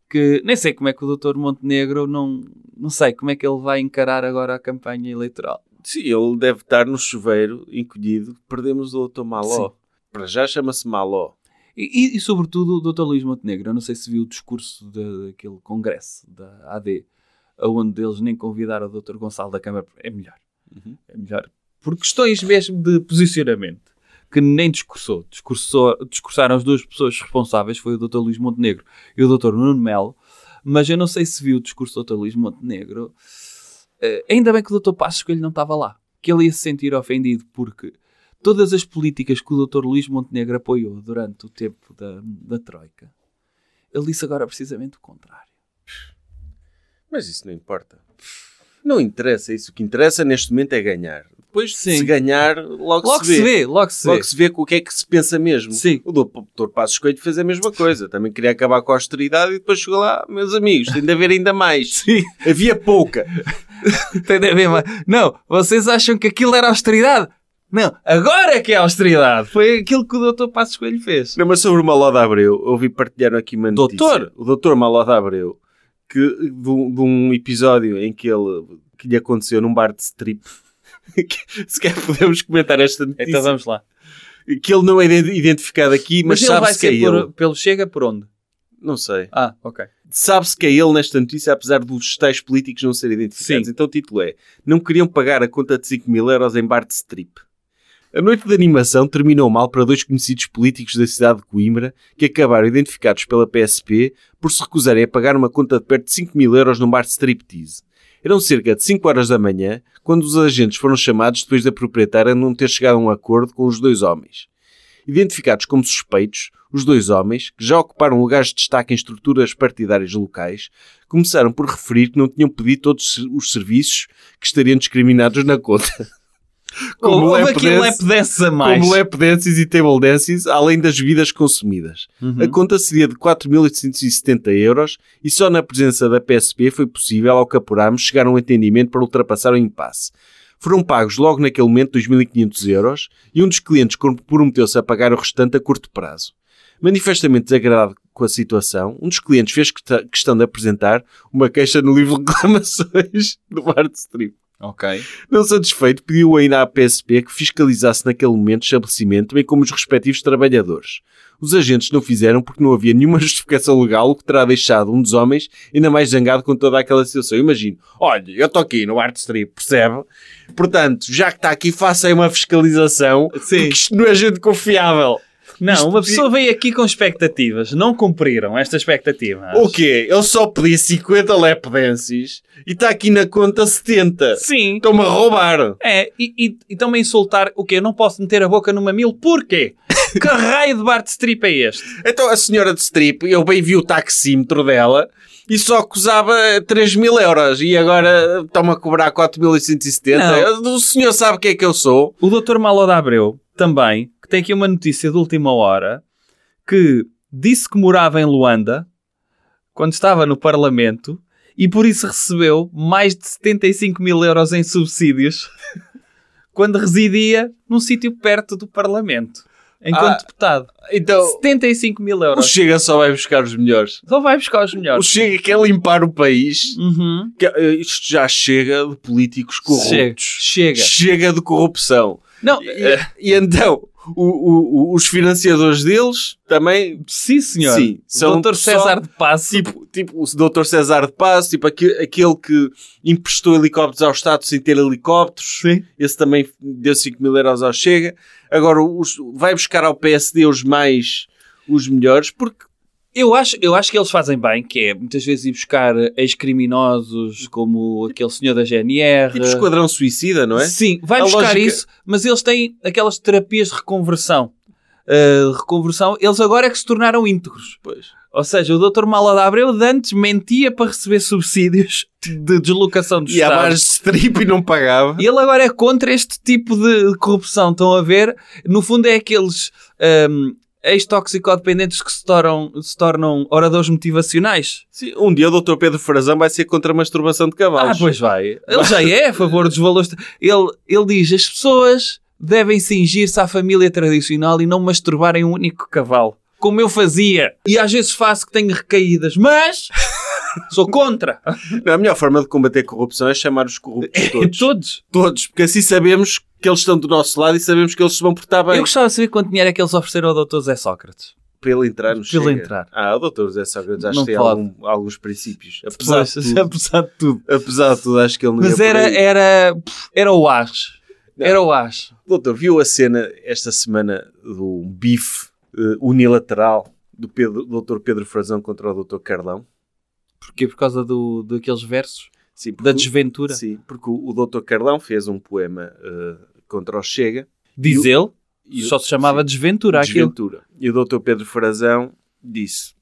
[SPEAKER 3] que nem sei como é que o Dr. Montenegro não, não sei como é que ele vai encarar agora a campanha eleitoral.
[SPEAKER 2] Sim, ele deve estar no chuveiro, encolhido. Perdemos o doutor Maló. Para já chama-se Maló.
[SPEAKER 3] E, e, e, sobretudo o Dr. Luís Montenegro, eu não sei se viu o discurso da- daquele congresso da AD, onde eles nem convidaram o Dr. Gonçalo da Câmara. É melhor.
[SPEAKER 2] Uhum.
[SPEAKER 3] É melhor. Por questões mesmo de posicionamento, que nem discursou. Discursou- discursaram as duas pessoas responsáveis, foi o Dr. Luís Montenegro e o Dr. Nuno Melo, mas eu não sei se viu o discurso do Dr. Luís Montenegro. Eh, ainda bem que o Dr. Passos Coelho não estava lá, que ele ia se sentir ofendido, porque todas as políticas que o Dr. Luís Montenegro apoiou durante o tempo da, da Troika, ele disse agora precisamente o contrário.
[SPEAKER 2] Mas isso não importa. Não interessa isso. O que interessa neste momento é ganhar. Depois, se
[SPEAKER 3] Sim.
[SPEAKER 2] ganhar, logo,
[SPEAKER 3] Logo se vê, logo se vê.
[SPEAKER 2] Logo se vê com o que é que se pensa mesmo.
[SPEAKER 3] Sim.
[SPEAKER 2] O doutor Passos Coelho fez a mesma coisa. Também queria acabar com a austeridade e depois chegou lá, meus amigos, tem de haver ainda mais.
[SPEAKER 3] Sim.
[SPEAKER 2] Havia pouca.
[SPEAKER 3] Tem de haver mais. Não, vocês acham que aquilo era austeridade? Não, agora é que é austeridade. Foi aquilo que o doutor Passos Coelho fez.
[SPEAKER 2] Não, mas sobre o Maló de Abreu, ouvi partilhar aqui uma notícia.
[SPEAKER 3] Doutor?
[SPEAKER 2] O doutor Maló de Abreu, que, de, um, de um episódio em que ele que lhe aconteceu num bar de strip. Que- Se quer podemos comentar esta notícia.
[SPEAKER 3] Então vamos lá.
[SPEAKER 2] Que ele não é ident- identificado aqui, mas,
[SPEAKER 3] Mas, ele vai
[SPEAKER 2] sabe-se que
[SPEAKER 3] ser
[SPEAKER 2] é
[SPEAKER 3] por-
[SPEAKER 2] ele.
[SPEAKER 3] pelo Chega por onde?
[SPEAKER 2] Não sei.
[SPEAKER 3] Ah, ok.
[SPEAKER 2] Sabe-se que é ele nesta notícia, apesar dos tais políticos não serem identificados.
[SPEAKER 3] Sim.
[SPEAKER 2] Então o título é: Não queriam pagar a conta de 5 mil euros em bar de strip. A noite de animação terminou mal para dois conhecidos políticos da cidade de Coimbra que acabaram identificados pela PSP por se recusarem a pagar uma conta de perto de 5 mil euros num bar de striptease. Eram cerca de 5 horas da manhã quando os agentes foram chamados depois da proprietária não ter chegado a um acordo com os dois homens. Identificados como suspeitos, os dois homens, que já ocuparam lugares de destaque em estruturas partidárias locais, começaram por referir que não tinham pedido todos os serviços que estariam discriminados na conta. um Como
[SPEAKER 3] Houve
[SPEAKER 2] lap
[SPEAKER 3] aqui
[SPEAKER 2] dance-
[SPEAKER 3] lap dance a mais.
[SPEAKER 2] Como é- lap dances e table dances, além das bebidas consumidas.
[SPEAKER 3] Uhum.
[SPEAKER 2] A conta seria de 4.870 euros e só na presença da PSP foi possível, ao que apurámos, chegar a um entendimento para ultrapassar o impasse. Foram pagos logo naquele momento 2.500 euros e um dos clientes comprometeu-se a pagar o restante a curto prazo. Manifestamente desagradado com a situação, um dos clientes fez questa- questão de apresentar uma queixa no livro de reclamações do bar de strip.
[SPEAKER 3] Ok.
[SPEAKER 2] Não satisfeito, pediu ainda à PSP que fiscalizasse naquele momento o estabelecimento, bem como os respectivos trabalhadores. Os agentes não fizeram porque não havia nenhuma justificação legal, o que terá deixado um dos homens ainda mais zangado com toda aquela situação. Eu Imagino, olha, eu estou aqui no Art Street, percebe? tá Portanto, já que está aqui, faça aí uma fiscalização,
[SPEAKER 3] Sim.
[SPEAKER 2] porque isto não é gente confiável.
[SPEAKER 4] Não, uma pessoa veio aqui com expectativas. Não cumpriram esta expectativa.
[SPEAKER 2] O quê? Eu só pedi 50 lap dances e está aqui na conta 70.
[SPEAKER 4] Sim.
[SPEAKER 2] Estão-me a roubar.
[SPEAKER 4] É, e, e, e também insultar o quê? Eu não posso meter a boca no mamilo. Porquê? que raio de Bart Strip é este?
[SPEAKER 2] Então a senhora de strip, eu bem vi o taxímetro dela e só cusava 3 mil euros e agora estão-me a cobrar 4.170. O senhor sabe quem é que eu sou?
[SPEAKER 4] O Dr. Malo da Abreu também, que tem aqui uma notícia de última hora, que disse que morava em Luanda quando estava no Parlamento e por isso recebeu mais de 75 mil euros em subsídios quando residia num sítio perto do Parlamento, enquanto
[SPEAKER 2] Ah.
[SPEAKER 4] deputado.
[SPEAKER 2] Então
[SPEAKER 4] 75 mil
[SPEAKER 2] o
[SPEAKER 4] euros.
[SPEAKER 2] Chega só vai buscar os melhores.
[SPEAKER 4] Só vai buscar os
[SPEAKER 2] O
[SPEAKER 4] melhores.
[SPEAKER 2] Chega quer limpar o país.
[SPEAKER 4] Uhum.
[SPEAKER 2] Que- eh, Isto já chega de políticos corruptos.
[SPEAKER 4] Chega. Chega.
[SPEAKER 2] Chega de corrupção.
[SPEAKER 4] Não,
[SPEAKER 2] E, e então, o- o- o- os financiadores deles também
[SPEAKER 4] sim, senhor.
[SPEAKER 2] Sim, são
[SPEAKER 4] Doutor
[SPEAKER 2] pessoal-
[SPEAKER 4] César de Passo.
[SPEAKER 2] Tipo, tipo o Dr. César de Passo, tipo aque- aquele que emprestou helicópteros ao Estado sem ter helicópteros,
[SPEAKER 4] Sim.
[SPEAKER 2] esse também deu 5 mil euros ao Chega. Agora os- vai buscar ao PSD os mais, os melhores, porque
[SPEAKER 3] Eu acho, eu acho que eles fazem bem, que é muitas vezes ir buscar ex-criminosos como aquele senhor da GNR.
[SPEAKER 2] tipo esquadrão suicida, não é?
[SPEAKER 3] Sim, vai
[SPEAKER 2] A
[SPEAKER 3] buscar
[SPEAKER 2] lógica-
[SPEAKER 3] isso, mas eles têm aquelas terapias de reconversão. Uh, de reconversão, eles agora é que se tornaram íntegros.
[SPEAKER 2] Pois.
[SPEAKER 3] Ou seja, o Dr. Mala de Abreu de antes mentia para receber subsídios de deslocação do
[SPEAKER 2] E a
[SPEAKER 3] Estado.
[SPEAKER 2] mais de strip e não pagava.
[SPEAKER 3] E ele agora é contra este tipo de corrupção. Estão a ver? No fundo, é aqueles hum, ex-toxicodependentes que se tornam, se tornam oradores motivacionais.
[SPEAKER 2] Sim, um dia o Dr. Pedro Frazão vai ser contra a masturbação de
[SPEAKER 3] Ah,
[SPEAKER 2] cavalos.
[SPEAKER 3] pois vai. Ele já é a favor dos valores. Ele, ele diz: as pessoas devem cingir-se à família tradicional e não masturbarem um único cavalo. Como eu fazia. E às vezes faço que tenho recaídas, mas sou contra.
[SPEAKER 2] Não, a melhor forma de combater a corrupção é chamar os corruptos todos.
[SPEAKER 3] Todos.
[SPEAKER 2] todos, porque assim sabemos que eles estão do nosso lado e sabemos que eles se vão portar bem.
[SPEAKER 3] Eu gostava de saber quanto dinheiro é que eles ofereceram ao Dr. Zé Sócrates.
[SPEAKER 2] Para ele entrar no
[SPEAKER 3] Para ele
[SPEAKER 2] Chega.
[SPEAKER 3] entrar.
[SPEAKER 2] Ah, o doutor José Sócrates acho
[SPEAKER 3] Não
[SPEAKER 2] que tem
[SPEAKER 3] pode.
[SPEAKER 2] algum- alguns princípios. Apesar,
[SPEAKER 3] Pois,
[SPEAKER 2] de tudo,
[SPEAKER 3] apesar de tudo.
[SPEAKER 2] apesar de tudo, acho que ele não
[SPEAKER 3] Mas
[SPEAKER 2] ia é por
[SPEAKER 3] era,
[SPEAKER 2] aí.
[SPEAKER 3] era, pff, era o as.
[SPEAKER 2] Não.
[SPEAKER 3] Era o as.
[SPEAKER 2] Doutor, viu a cena esta semana do bife eh, unilateral do Pedro, doutor Pedro Frazão contra o doutor Carlão?
[SPEAKER 3] Porquê? Por causa do, daqueles versos?
[SPEAKER 2] Sim, porque,
[SPEAKER 3] Da
[SPEAKER 2] o-
[SPEAKER 3] desventura?
[SPEAKER 2] Sim, porque o, o doutor Carlão fez um poema eh, contra o Chega.
[SPEAKER 3] Diz ele,
[SPEAKER 2] E o-
[SPEAKER 3] só se chamava
[SPEAKER 2] sim,
[SPEAKER 3] desventura aquilo.
[SPEAKER 2] Desventura. E o doutor Pedro Frazão disse...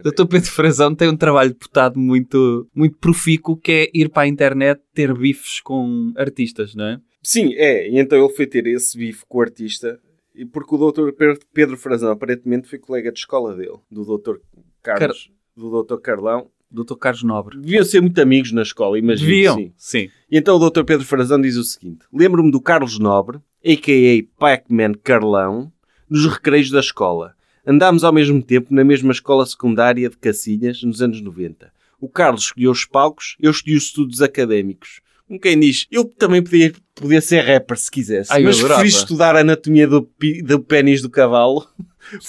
[SPEAKER 3] Dr. Pedro Frazão tem um trabalho deputado muito, muito profícuo que é ir para a internet ter bifes com artistas, não é?
[SPEAKER 2] Sim, é. E então ele foi ter esse bife com o artista, e porque o doutor Pedro Frazão aparentemente foi colega de escola dele, do doutor Carlos, do doutor Carlão.
[SPEAKER 3] Dr. Carlos Nobre.
[SPEAKER 2] Deviam ser muito amigos na escola, imagino.
[SPEAKER 3] Deviam.
[SPEAKER 2] Sim.
[SPEAKER 3] Sim.
[SPEAKER 2] E então o doutor Pedro Frazão diz o seguinte: Lembro-me do Carlos Nobre, a.k.a. Pac-Man Carlão, nos recreios da escola. Andámos ao mesmo tempo na mesma escola secundária de Cacilhas, nos anos 90. O Carlos escolheu os palcos, eu escolhi os estudos académicos. Como quem diz, eu também podia, podia ser rapper se quisesse,
[SPEAKER 3] Ai, eu
[SPEAKER 2] mas
[SPEAKER 3] adorava.
[SPEAKER 2] preferi estudar a anatomia do, pi- do pênis do cavalo,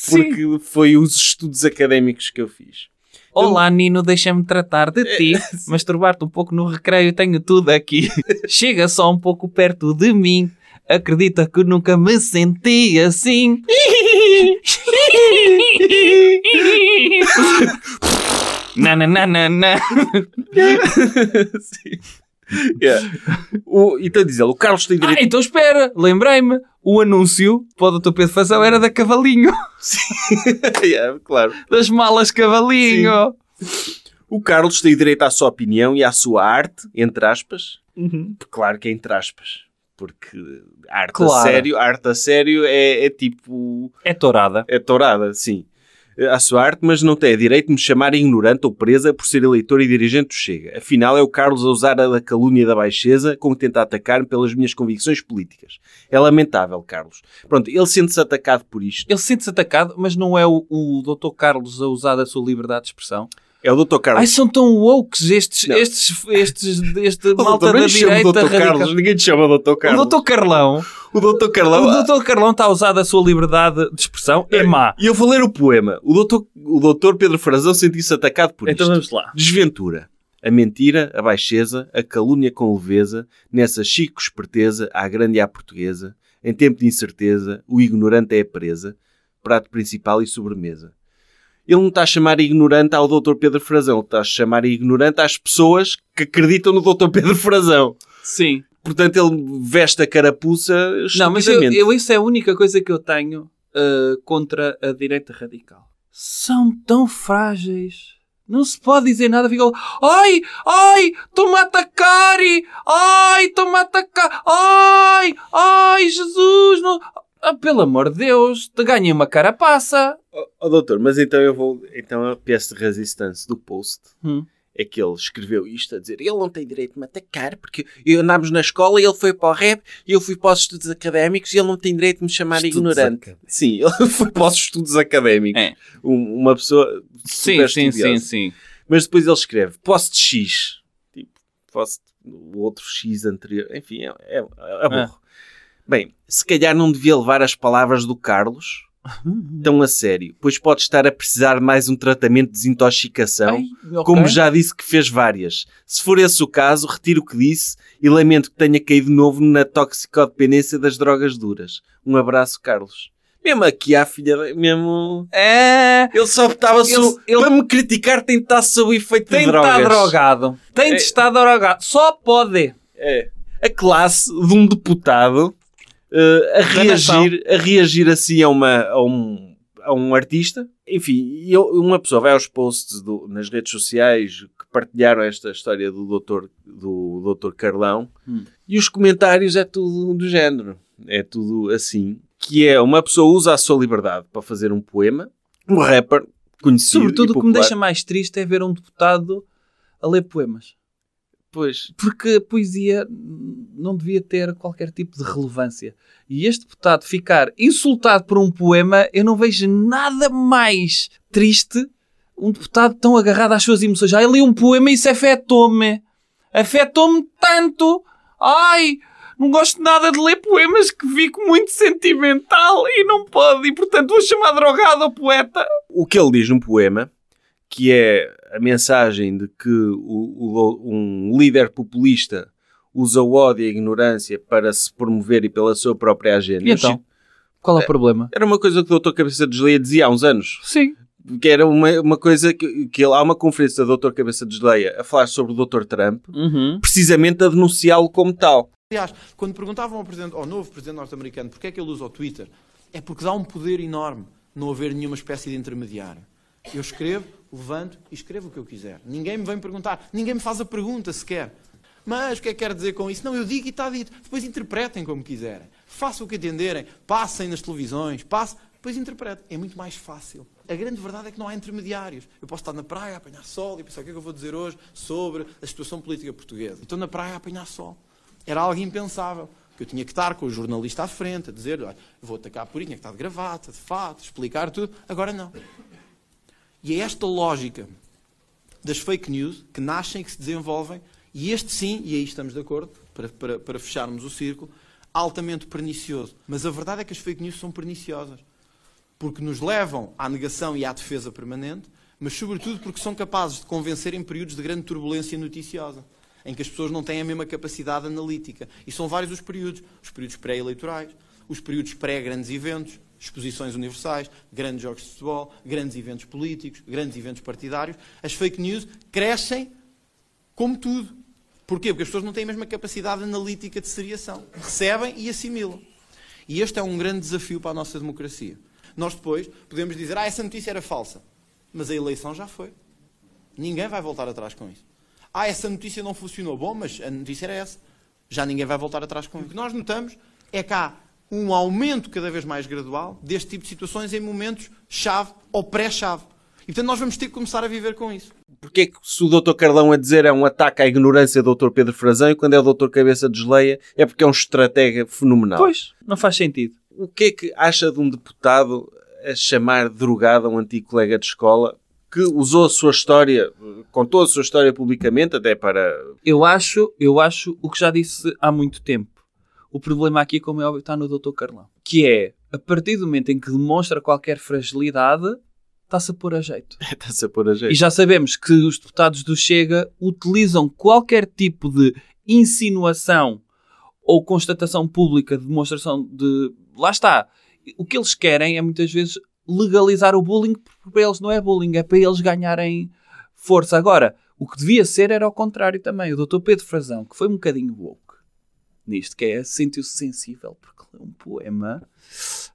[SPEAKER 2] porque foi os estudos académicos que eu fiz.
[SPEAKER 3] Olá, Nino, deixa-me tratar de ti. Masturbar-te um pouco no recreio, tenho tudo aqui. Chega só um pouco perto de mim. Acredita que nunca me senti assim. Nananana.
[SPEAKER 2] Yeah. O- então diz ele, o Carlos tem direito
[SPEAKER 3] Ah, então espera, lembrei-me. O anúncio para o Dr. Pedro Fazão era da Cavalinho,
[SPEAKER 2] Yeah, claro.
[SPEAKER 3] das malas Cavalinho.
[SPEAKER 2] O Carlos tem direito à sua opinião e à sua arte, entre aspas. Claro que é entre aspas. Porque arte a
[SPEAKER 3] Claro.
[SPEAKER 2] sério, arte a sério é, é tipo.
[SPEAKER 3] É tourada.
[SPEAKER 2] É tourada, sim. É, À sua arte, mas não tem direito de me chamar ignorante ou presa por ser eleitor e dirigente do Chega. Afinal, é o Carlos a usar a da calúnia e da baixeza com que tenta atacar-me pelas minhas convicções políticas. É lamentável, Carlos. Pronto, ele sente-se atacado por isto.
[SPEAKER 3] Ele sente-se atacado, mas não é o, o Dr. Carlos a usar a sua liberdade de expressão.
[SPEAKER 2] É o Dr. Carlos.
[SPEAKER 3] Ai, são tão woke estes,
[SPEAKER 2] Não.
[SPEAKER 3] estes, estes, este
[SPEAKER 2] O
[SPEAKER 3] malta
[SPEAKER 2] doutor,
[SPEAKER 3] da
[SPEAKER 2] ninguém lhe chama
[SPEAKER 3] direita
[SPEAKER 2] Dr.
[SPEAKER 3] radical.
[SPEAKER 2] Carlos, ninguém te chama Dr. Carlos.
[SPEAKER 3] O doutor Carlão,
[SPEAKER 2] O doutor Carlão.
[SPEAKER 3] o doutor Carlão está a usar a sua liberdade de expressão, é má.
[SPEAKER 2] E eu vou ler o poema. O doutor, o doutor Pedro Frazão sentiu-se atacado por
[SPEAKER 4] Então vamos
[SPEAKER 2] isto.
[SPEAKER 4] lá.
[SPEAKER 2] Desventura. A mentira, a baixeza, a calúnia com leveza, nessa chico esperteza, à grande e à portuguesa, em tempo de incerteza, o ignorante é a presa, prato principal e sobremesa. Ele não está a chamar ignorante ao Dr. Pedro Frazão, está a chamar ignorante às pessoas que acreditam no Dr. Pedro Frazão.
[SPEAKER 3] Sim.
[SPEAKER 2] Portanto, ele veste a carapuça
[SPEAKER 3] Não, mas eu,
[SPEAKER 2] estupidamente.
[SPEAKER 3] eu- isso é a única coisa que eu tenho uh, contra a direita radical. São tão frágeis. Não se pode dizer nada. Ficam, ai, ai, estão-me a atacar, e- ai, estão-me a atacar, ai, ai, Jesus, não... Ah, pelo amor de Deus, te ganhei uma carapaça.
[SPEAKER 2] Oh, doutor, mas então eu vou. Então a peça de resistência do post
[SPEAKER 3] Hum.
[SPEAKER 2] é que ele escreveu isto a dizer: ele não tem direito de me atacar porque eu andámos na escola e ele foi para o rap e eu fui para os estudos académicos e ele não tem direito de me chamar
[SPEAKER 1] Estudos
[SPEAKER 2] ignorante.
[SPEAKER 1] académicos.
[SPEAKER 2] Sim, ele foi para os estudos académicos.
[SPEAKER 3] É.
[SPEAKER 2] Um- uma pessoa. super estudiosa.
[SPEAKER 3] sim.
[SPEAKER 2] Mas depois ele escreve: posso de X. Tipo, posso de- o outro X anterior. Enfim, é, é,
[SPEAKER 3] Ah.
[SPEAKER 2] é burro. Bem, se calhar não devia levar as palavras do Carlos tão a sério, pois pode estar a precisar de mais um tratamento de desintoxicação,
[SPEAKER 3] Ai, ok.
[SPEAKER 2] como já disse que fez várias. Se for esse o caso, retiro o que disse e lamento que tenha caído de novo na toxicodependência das drogas duras. Um abraço, Carlos. Mesmo aqui à filha, da- mesmo...
[SPEAKER 3] É,
[SPEAKER 2] Ele só estava
[SPEAKER 3] Ele-
[SPEAKER 2] sob-
[SPEAKER 3] ele-
[SPEAKER 2] para me criticar tem de estar sob o efeito
[SPEAKER 3] tem
[SPEAKER 2] de
[SPEAKER 3] de
[SPEAKER 2] drogas.
[SPEAKER 3] estar drogado. Tem de
[SPEAKER 2] É.
[SPEAKER 3] estar drogado. Só pode.
[SPEAKER 2] É. A classe de um deputado eh, a, reagir, a reagir assim a, uma, a, um, a um artista. Enfim, e eu- uma pessoa vai aos posts do- nas redes sociais que partilharam esta história do doutor, do doutor Carlão
[SPEAKER 3] Hum.
[SPEAKER 2] e os comentários é tudo do género. É tudo assim. Que é uma pessoa usa a sua liberdade para fazer um poema, um rapper conhecido
[SPEAKER 3] Sobretudo
[SPEAKER 2] e
[SPEAKER 3] o que me
[SPEAKER 2] popular.
[SPEAKER 3] deixa mais triste é ver um deputado a ler poemas.
[SPEAKER 2] Pois,
[SPEAKER 3] Porque a poesia hum, não devia ter qualquer tipo de relevância. E este deputado ficar insultado por um poema, eu não vejo nada mais triste um deputado tão agarrado às suas emoções. Ai, li um poema e isso afetou-me. Afetou-me tanto. Ai, não gosto nada de ler poemas que fico muito sentimental e não pode. E portanto vou chamar drogado ao poeta.
[SPEAKER 2] o que ele diz no poema, que é a mensagem de que o- o- um líder populista usa o ódio e a ignorância para se promover e pela sua própria agenda.
[SPEAKER 3] E então? Qual é o problema?
[SPEAKER 2] Era uma coisa que o Dr. Cabeça de Geleia dizia há uns anos.
[SPEAKER 3] Sim.
[SPEAKER 2] Que era uma, uma coisa que, que ele, há uma conferência do Dr. Cabeça de Geleia a falar sobre o Dr. Trump,
[SPEAKER 3] Uhum.
[SPEAKER 2] precisamente a denunciá-lo como tal.
[SPEAKER 5] Aliás, quando perguntavam ao, presidente- ao novo presidente norte-americano porque é que ele usa o Twitter, é porque dá um poder enorme não haver nenhuma espécie de intermediário. Eu escrevo, levanto e escrevo o que eu quiser. Ninguém me vem perguntar, ninguém me faz a pergunta sequer. Mas o que é que quer dizer com isso? Não, eu digo e está dito. Depois interpretem como quiserem. Façam o que entenderem. Passem nas televisões, passem. Depois interpretem. É muito mais fácil. A grande verdade é que não há intermediários. Eu posso estar na praia a apanhar sol e pensar o que é que eu vou dizer hoje sobre a situação política portuguesa. Estou na praia a apanhar sol. Era algo impensável. Que eu tinha que estar com o jornalista à frente, a dizer, olha, vou atacar por aí, tinha que estar de gravata, de fato, explicar tudo. Agora não. E é esta lógica das fake news que nascem, que se desenvolvem, e este sim, e aí estamos de acordo, para, para, para fecharmos o círculo, altamente pernicioso. Mas a verdade é que as fake news são perniciosas. Porque nos levam à negação e à defesa permanente, mas sobretudo porque são capazes de convencer em períodos de grande turbulência noticiosa, em que as pessoas não têm a mesma capacidade analítica. E são vários os períodos: os períodos pré-eleitorais, os períodos pré-grandes eventos, exposições universais, grandes jogos de futebol, grandes eventos políticos, grandes eventos partidários. As fake news crescem como tudo. Porquê? Porque as pessoas não têm a mesma capacidade analítica de seriação. Recebem e assimilam. E este é um grande desafio para a nossa democracia. Nós depois podemos dizer, ah, essa notícia era falsa. Mas a eleição já foi. Ninguém vai voltar atrás com isso. Ah, essa notícia não funcionou. Bom, mas a notícia era essa. Já ninguém vai voltar atrás com isso. O que nós notamos é que há um aumento cada vez mais gradual deste tipo de situações em momentos-chave ou pré-chave. E portanto nós vamos ter que começar a viver com isso.
[SPEAKER 2] Porquê que se o Dr. Carlão a dizer é um ataque à ignorância do Dr. Pedro Frazão e quando é o Dr. Cabeça de Geleia é porque é um estratega fenomenal.
[SPEAKER 3] Pois, não faz sentido.
[SPEAKER 2] o que é que acha de um deputado a chamar de drogado a um antigo colega de escola que usou a sua história, contou a sua história publicamente, até para.
[SPEAKER 3] Eu acho, eu acho o que já disse há muito tempo. O problema aqui, como é óbvio, está no Dr. Carlão. Que é, a partir do momento em que demonstra qualquer fragilidade, está-se a pôr a jeito.
[SPEAKER 2] Está-se a pôr a
[SPEAKER 3] E
[SPEAKER 2] jeito.
[SPEAKER 3] já sabemos que os deputados do Chega utilizam qualquer tipo de insinuação ou constatação pública de demonstração de. Lá está. O que eles querem é muitas vezes legalizar o bullying, porque para eles não é bullying, é para eles ganharem força. Agora, o que devia ser era ao contrário também. O Dr. Pedro Frazão, que foi um bocadinho woke nisto, que é sentiu-se sensível porque leu um poema,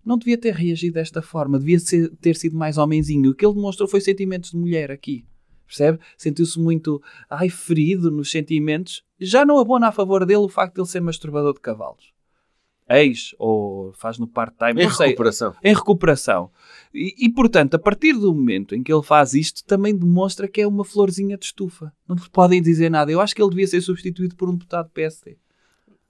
[SPEAKER 3] não devia ter reagido desta forma, devia ser- ter sido mais homenzinho. O que ele demonstrou foi sentimentos de mulher aqui. Percebe? Sentiu-se muito, ai, ferido nos sentimentos. Já não abona a favor dele o facto de ele ser masturbador de cavalos. Ex, ou faz no part-time,
[SPEAKER 2] Em
[SPEAKER 3] não sei
[SPEAKER 2] recuperação.
[SPEAKER 3] em recuperação. E, e, portanto, a partir do momento em que ele faz isto, também demonstra que é uma florzinha de estufa. Não lhe podem dizer nada. Eu acho que ele devia ser substituído por um deputado PSD.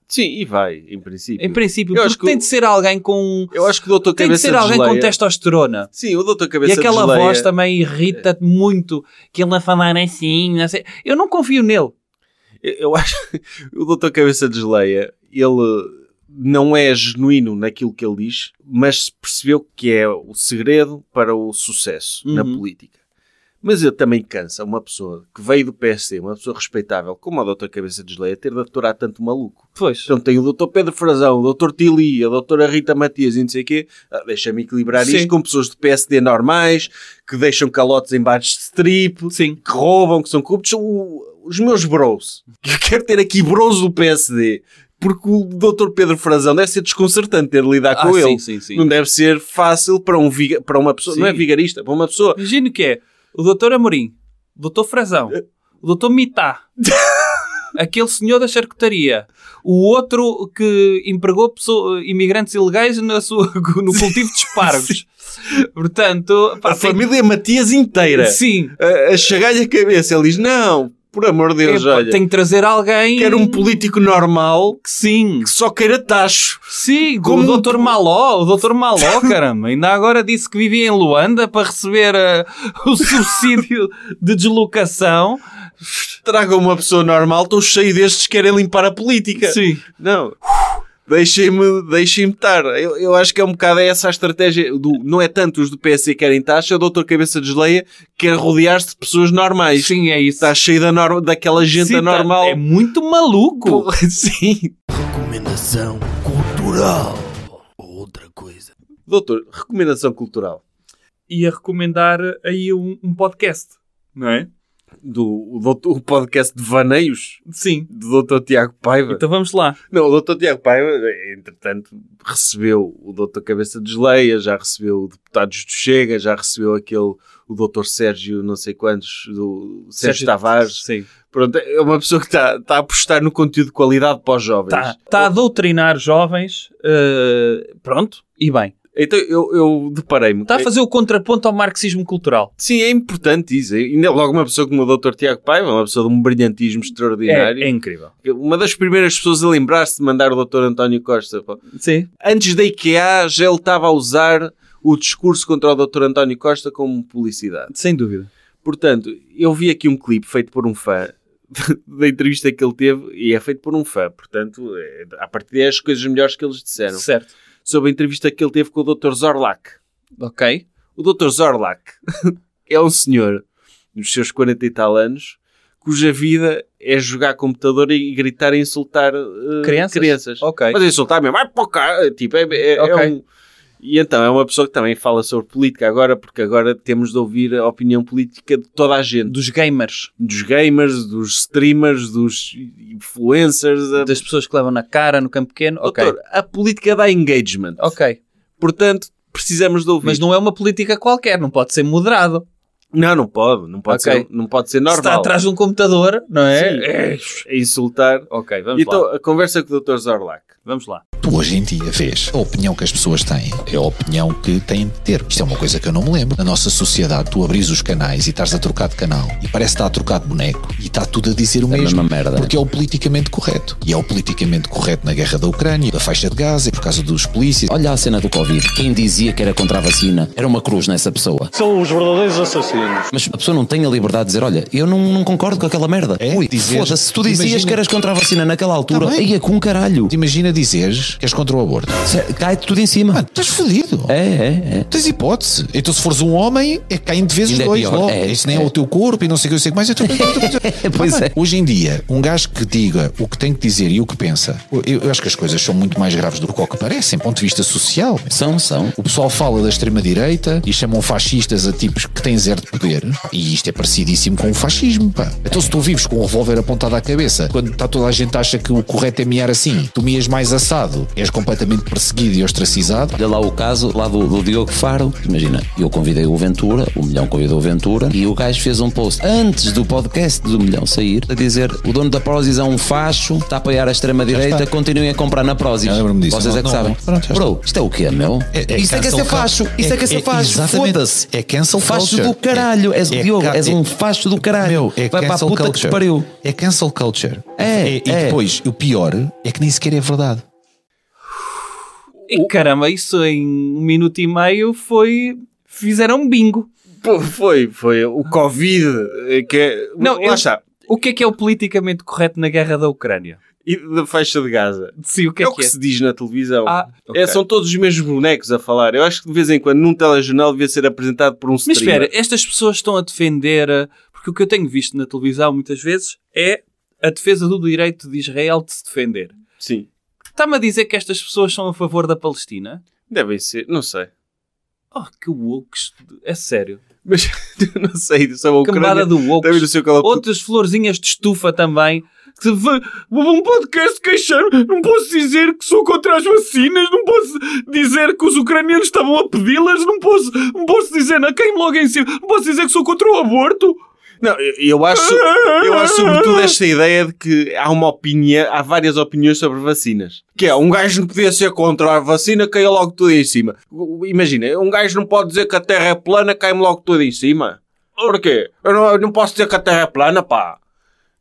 [SPEAKER 2] Sim, e vai, em princípio.
[SPEAKER 3] Em princípio,
[SPEAKER 2] Eu acho
[SPEAKER 3] porque
[SPEAKER 2] que
[SPEAKER 3] tem
[SPEAKER 2] o-
[SPEAKER 3] de ser alguém com.
[SPEAKER 2] Eu acho que o doutor
[SPEAKER 3] Tem de
[SPEAKER 2] Cabeça
[SPEAKER 3] ser alguém
[SPEAKER 2] desleia.
[SPEAKER 3] com testosterona.
[SPEAKER 2] Sim, o doutor
[SPEAKER 3] E
[SPEAKER 2] Cabeça
[SPEAKER 3] aquela
[SPEAKER 2] desleia.
[SPEAKER 3] voz também irrita te muito. Que ele a falar assim, não sei. Eu não confio nele.
[SPEAKER 2] Eu, eu acho o doutor Cabeça desleia. Ele não é genuíno naquilo que ele diz, mas se percebeu que é o segredo para o sucesso na
[SPEAKER 3] Uhum.
[SPEAKER 2] política. Mas eu também cansa uma pessoa que veio do PSD, uma pessoa respeitável, como o doutor Cabeça desleia, ter de aturar tanto maluco.
[SPEAKER 3] Pois.
[SPEAKER 2] Então tem o doutor Pedro Frazão, o doutor Tili, a doutora Rita Matias e não sei o quê. Ah, Deixa-me equilibrar
[SPEAKER 3] Sim.
[SPEAKER 2] isto com pessoas de PSD normais, que deixam calotes em bares de strip,
[SPEAKER 3] Sim.
[SPEAKER 2] que roubam, que são corruptos, são o- os meus bros. Eu quero ter aqui bros do PSD, porque o doutor Pedro Frazão deve ser desconcertante ter de lidar
[SPEAKER 3] Ah,
[SPEAKER 2] com
[SPEAKER 3] sim,
[SPEAKER 2] ele.
[SPEAKER 3] sim, sim.
[SPEAKER 2] Não deve ser fácil para, um viga- para uma pessoa, não é
[SPEAKER 3] Sim.
[SPEAKER 2] vigarista, para uma pessoa.
[SPEAKER 3] Imagino que é o Dr. Amorim, o Dr. Frazão, o Dr. Mitá, aquele senhor da charcutaria, o outro que empregou pessoa- imigrantes ilegais na sua- no cultivo de espargos. Portanto, pá,
[SPEAKER 2] A
[SPEAKER 3] tem-
[SPEAKER 2] família Matias inteira.
[SPEAKER 3] Sim,
[SPEAKER 2] A, a chegar-lhe a cabeça, ele diz: Não, por amor de Deus,
[SPEAKER 3] É, pá,
[SPEAKER 2] olha.
[SPEAKER 3] tem que trazer alguém
[SPEAKER 2] Quero um político normal
[SPEAKER 3] que sim.
[SPEAKER 2] que só queira tacho.
[SPEAKER 3] Sim,
[SPEAKER 2] Como
[SPEAKER 3] o Dr. Maló, o Dr. Maló, caramba, ainda agora disse que vivia em Luanda para receber eh, o subsídio de deslocação.
[SPEAKER 2] Traga uma pessoa normal, estou cheio destes que é querem limpar a política.
[SPEAKER 3] Sim.
[SPEAKER 2] Não. Deixem-me deixem estar. Eu, eu acho que é um bocado essa a estratégia. Do, não é tanto os do PS querem taxa, é o doutor Cabeça Desleia quer rodear-se de pessoas normais.
[SPEAKER 3] Sim, é isso.
[SPEAKER 2] Está cheio da norma, daquela gente
[SPEAKER 3] Sim, tá-
[SPEAKER 2] anormal.
[SPEAKER 3] É muito maluco.
[SPEAKER 2] Porra, Sim.
[SPEAKER 1] é Recomendação cultural. Ou outra coisa.
[SPEAKER 2] Doutor, recomendação cultural
[SPEAKER 4] Ia recomendar aí um, um podcast, não é?
[SPEAKER 2] do o doutor- o podcast de Vaneios
[SPEAKER 4] Sim.
[SPEAKER 2] do doutor Tiago Paiva.
[SPEAKER 4] Então vamos lá.
[SPEAKER 2] Não, o doutor Tiago Paiva, entretanto, recebeu o doutor Cabeça de Geleia, já recebeu o deputados do Chega, já recebeu aquele, o doutor Sérgio, não sei quantos, do Sérgio, Tavares.
[SPEAKER 4] Sim.
[SPEAKER 2] Pronto, é uma pessoa que está está a apostar no conteúdo de qualidade para os jovens.
[SPEAKER 4] Está tá a doutrinar jovens. eh, pronto. E bem.
[SPEAKER 2] Então eu, eu deparei-me.
[SPEAKER 4] Está
[SPEAKER 3] Tá
[SPEAKER 4] Tá a fazer o contraponto ao marxismo cultural.
[SPEAKER 2] Sim, é importante isso. Ainda é logo uma pessoa como o doutor Tiago Paiva, uma pessoa de um brilhantismo extraordinário.
[SPEAKER 4] É, é incrível.
[SPEAKER 2] Uma das primeiras pessoas a lembrar-se de mandar o doutor António Costa para
[SPEAKER 4] Sim.
[SPEAKER 2] antes da IKEA já ele estava a usar o discurso contra o Dr. António Costa como publicidade.
[SPEAKER 4] Sem dúvida.
[SPEAKER 2] Portanto, eu vi aqui um clipe feito por um fã da entrevista que ele teve e é feito por um fã. Portanto, é, a partir daí é as coisas melhores que eles disseram
[SPEAKER 4] Certo.
[SPEAKER 2] sobre a entrevista que ele teve com o Dr. Zorlac.
[SPEAKER 4] Ok.
[SPEAKER 2] O Dr. Zorlac é um senhor nos seus 40 e tal anos cuja vida é jogar computador e gritar e insultar eh,
[SPEAKER 4] Crianças?
[SPEAKER 2] crianças.
[SPEAKER 4] Ok.
[SPEAKER 2] Mas insultar mesmo, vai para o cara. Tipo, é, é- é
[SPEAKER 4] Ok.
[SPEAKER 2] um- E então é uma pessoa que também fala sobre política agora, porque agora temos de ouvir a opinião política de toda a gente.
[SPEAKER 4] Dos gamers.
[SPEAKER 2] Dos gamers, dos streamers, dos influencers. a-
[SPEAKER 4] Das pessoas que levam na cara no campo pequeno. Ok.
[SPEAKER 2] Doutor, a política dá engagement.
[SPEAKER 4] Ok.
[SPEAKER 2] Portanto, precisamos de ouvir.
[SPEAKER 4] Mas não é uma política qualquer. Não pode ser moderado.
[SPEAKER 2] Não, não pode. Não pode,
[SPEAKER 4] Ok.
[SPEAKER 2] ser, não pode ser
[SPEAKER 4] Se está
[SPEAKER 2] normal.
[SPEAKER 4] atrás de um computador, não
[SPEAKER 2] Sim.
[SPEAKER 4] é?
[SPEAKER 2] A insultar.
[SPEAKER 4] Ok. Vamos
[SPEAKER 2] então,
[SPEAKER 4] lá.
[SPEAKER 2] a conversa com o Dr. Zorlac.
[SPEAKER 4] Vamos lá.
[SPEAKER 6] Tu hoje em dia vês a opinião que as pessoas têm, é a opinião que têm de ter. Isto é uma coisa que eu não me lembro. Na nossa sociedade, tu abris os canais e estás a trocar de canal e parece que está a trocar de boneco e está tudo a dizer o mesmo.
[SPEAKER 7] merda.
[SPEAKER 6] Porque é o politicamente correto. E é o politicamente correto na guerra da Ucrânia, da faixa de Gaza, por causa dos polícias.
[SPEAKER 7] Olha a cena do Covid. Quem dizia que era contra a vacina era uma cruz nessa pessoa.
[SPEAKER 8] São os verdadeiros assassinos.
[SPEAKER 7] Mas a pessoa não tem a liberdade de dizer: Olha, eu não, não concordo com aquela merda.
[SPEAKER 6] É?
[SPEAKER 7] Ui,
[SPEAKER 6] Dizer-
[SPEAKER 7] foda-se, tu dizias
[SPEAKER 6] Imagina-
[SPEAKER 7] que eras contra a vacina naquela altura.
[SPEAKER 6] Tá bem.
[SPEAKER 7] Ia com um caralho.
[SPEAKER 6] Imagina dizeres que és contra o aborto.
[SPEAKER 7] Se- Cai tudo em cima.
[SPEAKER 6] Mano, estás fodido.
[SPEAKER 7] É, é, é.
[SPEAKER 6] Tens hipótese. Então, se fores um homem, é que caem de vezes
[SPEAKER 7] Ainda é
[SPEAKER 6] dois
[SPEAKER 7] pior.
[SPEAKER 6] logo.
[SPEAKER 7] É,
[SPEAKER 6] Isso nem é,
[SPEAKER 7] é.
[SPEAKER 6] o teu corpo e não sei o que, eu sei o que mais. Eu tô-
[SPEAKER 7] Pois
[SPEAKER 6] Ah, pá,
[SPEAKER 7] é.
[SPEAKER 6] Hoje em dia, um gajo que diga o que tem que dizer e o que pensa, eu, eu acho que as coisas são muito mais graves do que o que parecem, ponto de vista social.
[SPEAKER 7] São, são.
[SPEAKER 6] O pessoal fala da extrema-direita e chamam fascistas a tipos que têm zero de poder. E isto é parecidíssimo com o fascismo, pá. Então, se tu vives com um revólver apontado à cabeça, quando está toda a gente acha que o correto é mear assim, tu meias mais assado, és completamente perseguido e ostracizado,
[SPEAKER 7] Olha lá o caso lá do, do Diogo Faro. Imagina, eu convidei o Ventura, o Milhão convidou o Ventura, e o gajo fez um post antes do podcast do Milhão sair a dizer o dono da Prozis é um facho, está a apoiar a extrema-direita, continuem a comprar na Prozis.
[SPEAKER 6] Eu lembro-me disso.
[SPEAKER 7] Vocês é que
[SPEAKER 6] Não,
[SPEAKER 7] sabem.
[SPEAKER 6] não, pronto, já está.
[SPEAKER 7] Bro, isto é o quê, meu? isto é que é
[SPEAKER 6] cancel
[SPEAKER 7] ser
[SPEAKER 6] culture.
[SPEAKER 7] facho. Isto é, que é ser facho.
[SPEAKER 6] exatamente.
[SPEAKER 7] Foda-se.
[SPEAKER 6] É cancel
[SPEAKER 7] Facho
[SPEAKER 6] culture.
[SPEAKER 7] do caralho. És,
[SPEAKER 6] É
[SPEAKER 7] Diogo,
[SPEAKER 6] ca-
[SPEAKER 7] és
[SPEAKER 6] é-
[SPEAKER 7] um facho do caralho.
[SPEAKER 6] Meu, é
[SPEAKER 7] Vai para a
[SPEAKER 6] cancel
[SPEAKER 7] puta que
[SPEAKER 6] culture.
[SPEAKER 7] te pariu.
[SPEAKER 6] É cancel culture. E-
[SPEAKER 7] É, é.
[SPEAKER 6] E depois, o pior é que nem sequer é verdade.
[SPEAKER 3] E caramba, isso em um minuto e meio foi. Fizeram um bingo.
[SPEAKER 2] Pô, foi, foi o Covid eh, que é-
[SPEAKER 3] Não,
[SPEAKER 2] lá
[SPEAKER 3] eu-
[SPEAKER 2] está.
[SPEAKER 3] O que é que é o politicamente correto na guerra da Ucrânia?
[SPEAKER 2] E da faixa de Gaza.
[SPEAKER 3] Sim, o que
[SPEAKER 2] é
[SPEAKER 3] é,
[SPEAKER 2] o que, se diz na televisão.
[SPEAKER 3] Ah,
[SPEAKER 2] É,
[SPEAKER 3] ok.
[SPEAKER 2] são todos os mesmos bonecos a falar. Eu acho que de vez em quando num telejornal devia ser apresentado por um
[SPEAKER 3] Mas espera,
[SPEAKER 2] streamer.
[SPEAKER 3] estas pessoas estão a defender. eh, Porque o que eu tenho visto na televisão muitas vezes é a defesa do direito de Israel de se defender.
[SPEAKER 2] Sim.
[SPEAKER 3] Está-me a dizer que estas pessoas são a favor da Palestina?
[SPEAKER 2] Devem ser, não sei.
[SPEAKER 3] Oh, que wokes. É sério.
[SPEAKER 2] Mas não sei, são a
[SPEAKER 3] Camada
[SPEAKER 2] Ucrânia.
[SPEAKER 3] de
[SPEAKER 2] Devem não
[SPEAKER 3] wokes.
[SPEAKER 2] sei o que ela...
[SPEAKER 3] Outras florzinhas de estufa também. Que se vê, um podcast queixar não posso dizer que sou contra as vacinas, não posso dizer que os ucranianos estavam a pedi-las, não posso, não posso dizer na quem logo em cima, não posso dizer que sou contra o aborto.
[SPEAKER 2] Não, eu, eu acho... Eu acho sobretudo esta ideia de que há uma opinião, há várias opiniões sobre vacinas. Que é, um gajo não podia ser contra a vacina, caiu logo tudo em cima. O- Imagina, um gajo não pode dizer que a Terra é plana, cai-me logo tudo em cima. Porquê? Eu não, eu não posso dizer que a Terra é plana, pá.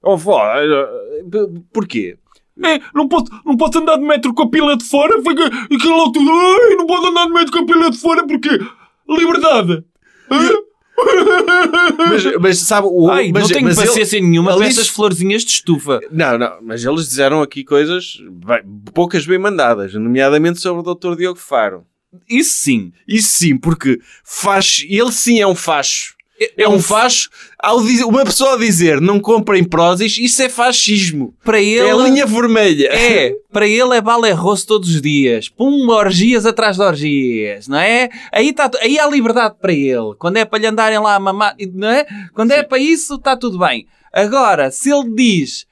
[SPEAKER 2] Oh, foda, eh, p- Porquê?
[SPEAKER 3] É, não posso, não posso andar de metro com a pila de fora, foi que, e que logo tudo, ai, não posso andar de metro com a pila de fora porque liberdade.
[SPEAKER 2] Mas, mas sabe, o,
[SPEAKER 3] Ai,
[SPEAKER 2] mas,
[SPEAKER 3] não tenho
[SPEAKER 2] mas ele-
[SPEAKER 3] paciência nenhuma
[SPEAKER 2] ali
[SPEAKER 3] para essas florzinhas de estufa.
[SPEAKER 2] Não, não, mas eles disseram aqui coisas bem- poucas bem mandadas, nomeadamente sobre o Dr. Diogo Faro.
[SPEAKER 3] Isso sim.
[SPEAKER 2] Isso sim, porque facho, ele sim é um facho. É um facho. Ao dizer, uma pessoa a dizer não comprem prósis, isso é fascismo.
[SPEAKER 3] Para ele,
[SPEAKER 2] É a linha vermelha.
[SPEAKER 3] É, para ele é balé rosto todos os dias. Pum, orgias atrás de orgias, não é? Aí, tá, aí há liberdade para ele. Quando é para lhe andarem lá a mamar, não é? Quando é para isso, está tudo bem. Agora, se ele diz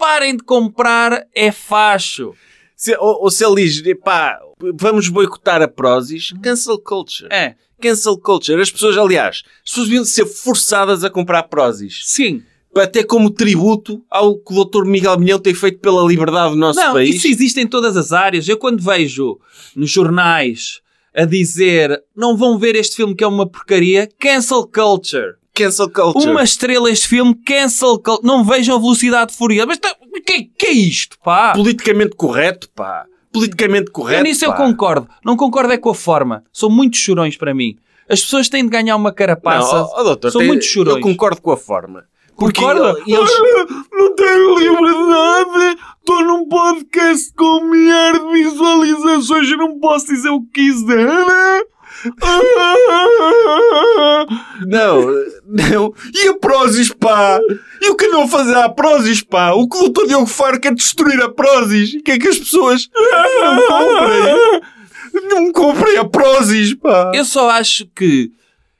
[SPEAKER 3] parem de comprar, é facho.
[SPEAKER 2] Se- ou, ou se ele diz, pá, vamos boicotar a prósis, cancel culture.
[SPEAKER 3] É,
[SPEAKER 2] Cancel culture. As pessoas, aliás, as pessoas deviam ser forçadas a comprar prósis.
[SPEAKER 3] sim.
[SPEAKER 2] Até como tributo ao que o Dr. Miguel Milhão tem feito pela liberdade do nosso
[SPEAKER 3] não,
[SPEAKER 2] país.
[SPEAKER 3] isso é existe em todas as áreas. Eu quando vejo nos jornais a dizer não vão ver este filme que é uma porcaria, cancel culture.
[SPEAKER 2] Cancel culture.
[SPEAKER 3] Uma estrela este filme, cancel culture. Não vejam a velocidade furiosa. Mas tá, que, que é isto, pá?
[SPEAKER 2] Politicamente correto, pá. Politicamente correto.
[SPEAKER 3] Eu nisso eu
[SPEAKER 2] pá.
[SPEAKER 3] concordo. Não concordo é com a forma. São muitos chorões para mim. As pessoas têm de ganhar uma carapaça.
[SPEAKER 2] Não, ó, ó, doutor,
[SPEAKER 3] São
[SPEAKER 2] tem-
[SPEAKER 3] muito chorões.
[SPEAKER 2] Eu concordo com a forma.
[SPEAKER 3] Concorda?
[SPEAKER 2] ele- eles-
[SPEAKER 3] não tenho liberdade. Estou num podcast com um milhar de visualizações e não posso dizer o que quiser. né?
[SPEAKER 2] Não, não. E a Prozis, pá? E o que andam a fazer à Prozis, pá? O que o doutor Diogo Faro quer destruir a Prozis? E que é que as pessoas não comprem? Não comprem a Prozis, pá!
[SPEAKER 3] Eu só acho que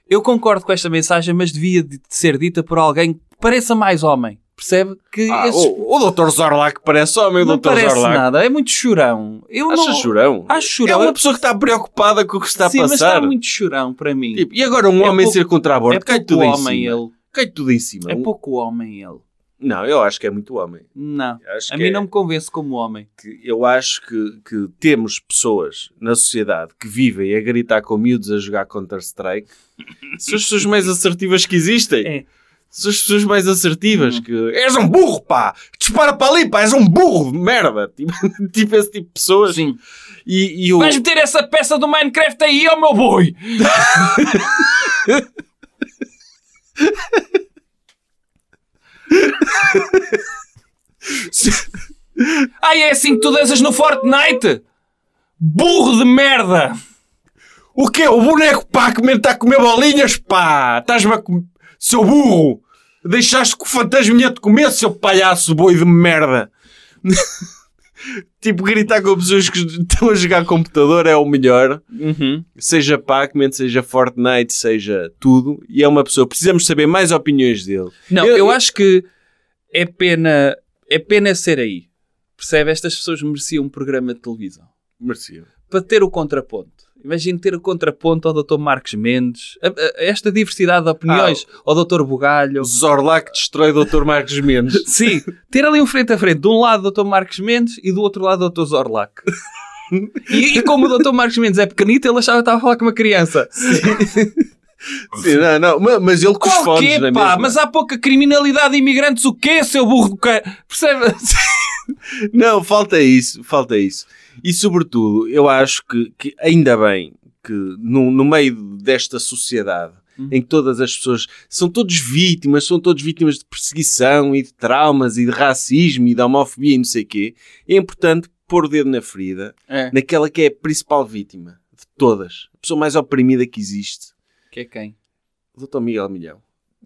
[SPEAKER 3] eu concordo com esta mensagem, mas devia de ser dita por alguém que pareça mais homem. Percebe? Que
[SPEAKER 2] Ah,
[SPEAKER 3] esses- tipo
[SPEAKER 2] o, o doutor Zorlac parece homem, o
[SPEAKER 3] não
[SPEAKER 2] doutor
[SPEAKER 3] parece
[SPEAKER 2] Zorlac.
[SPEAKER 3] nada. É muito chorão. Eu
[SPEAKER 2] Acha
[SPEAKER 3] não...
[SPEAKER 2] chorão?
[SPEAKER 3] Acho
[SPEAKER 2] É
[SPEAKER 3] chorão.
[SPEAKER 2] uma pessoa que está preocupada com o que está
[SPEAKER 3] Sim,
[SPEAKER 2] a
[SPEAKER 3] mas está
[SPEAKER 2] passar.
[SPEAKER 3] muito chorão para mim.
[SPEAKER 2] Tipo, e agora um
[SPEAKER 3] É
[SPEAKER 2] homem
[SPEAKER 3] pouco-
[SPEAKER 2] ser contra a bordo,
[SPEAKER 3] é
[SPEAKER 2] cai
[SPEAKER 3] pouco
[SPEAKER 2] tudo em
[SPEAKER 3] homem
[SPEAKER 2] cima.
[SPEAKER 3] ele.
[SPEAKER 2] Cai tudo em cima.
[SPEAKER 3] É
[SPEAKER 2] Um-
[SPEAKER 3] pouco homem ele.
[SPEAKER 2] Não, eu acho que é muito homem.
[SPEAKER 3] Não.
[SPEAKER 2] Acho
[SPEAKER 3] A
[SPEAKER 2] que
[SPEAKER 3] mim
[SPEAKER 2] é-
[SPEAKER 3] não me convence como homem.
[SPEAKER 2] que eu acho que, que temos pessoas na sociedade que vivem a gritar com miúdos a jogar Counter-Strike são as pessoas mais assertivas que existem.
[SPEAKER 3] É. Uhum.
[SPEAKER 2] São as pessoas mais assertivas que. És um burro, pá! Dispara para ali, pá! És um burro de merda! Tipo, tipo esse tipo de pessoas.
[SPEAKER 3] Sim.
[SPEAKER 2] E, e o.
[SPEAKER 3] Vais meter essa peça do Minecraft aí, ó meu boi!
[SPEAKER 9] Ai, é assim que tu danças no Fortnite? Burro de merda!
[SPEAKER 2] O quê? O boneco, pá, que está a comer bolinhas, pá! Estás-me a comer. Seu burro! Deixaste que o fantasminha te comer, seu palhaço boi de merda! tipo, gritar com pessoas que estão a jogar computador é o melhor. Seja Pac-Man, seja Fortnite, seja tudo. E é uma pessoa. Precisamos saber mais opiniões dele.
[SPEAKER 3] Não,
[SPEAKER 2] Eu-
[SPEAKER 3] eu,
[SPEAKER 2] eu-
[SPEAKER 3] acho que é pena, é pena ser aí. Percebe? Estas pessoas mereciam um programa de televisão.
[SPEAKER 2] Merecia.
[SPEAKER 3] Para ter o contraponto. Imagina ter o contraponto ao Dr. Marcos Mendes, a- a- a esta diversidade de opiniões,
[SPEAKER 2] Ah,
[SPEAKER 3] ao Dr. Bugalho.
[SPEAKER 2] Zorlac destrói o Dr. Marcos Mendes.
[SPEAKER 3] Sim, ter ali um frente a frente, de um lado o Dr. Marcos Mendes e do outro lado o Dr. Zorlac. E, e como o Dr. Marcos Mendes é pequenito, ele achava que estava a falar com uma criança.
[SPEAKER 2] Sim, não, não, ma- mas ele com os
[SPEAKER 9] Qual
[SPEAKER 2] fones é
[SPEAKER 9] quê,
[SPEAKER 2] na
[SPEAKER 9] pá?
[SPEAKER 2] mesma.
[SPEAKER 9] Mas há pouca criminalidade de imigrantes, o quê, seu burro do ca... Percebe?
[SPEAKER 2] Não, falta isso, falta isso. E sobretudo, eu acho que, que ainda bem que no, no meio desta sociedade
[SPEAKER 3] Uhum.
[SPEAKER 2] em que todas as pessoas são todos vítimas, são todos vítimas de perseguição e de traumas e de racismo e de homofobia e não sei o quê, é importante pôr o dedo na ferida,
[SPEAKER 3] É.
[SPEAKER 2] naquela que é a principal vítima de todas, a pessoa mais oprimida que existe,
[SPEAKER 3] Que é quem?
[SPEAKER 2] o Dr. Miguel Milhão.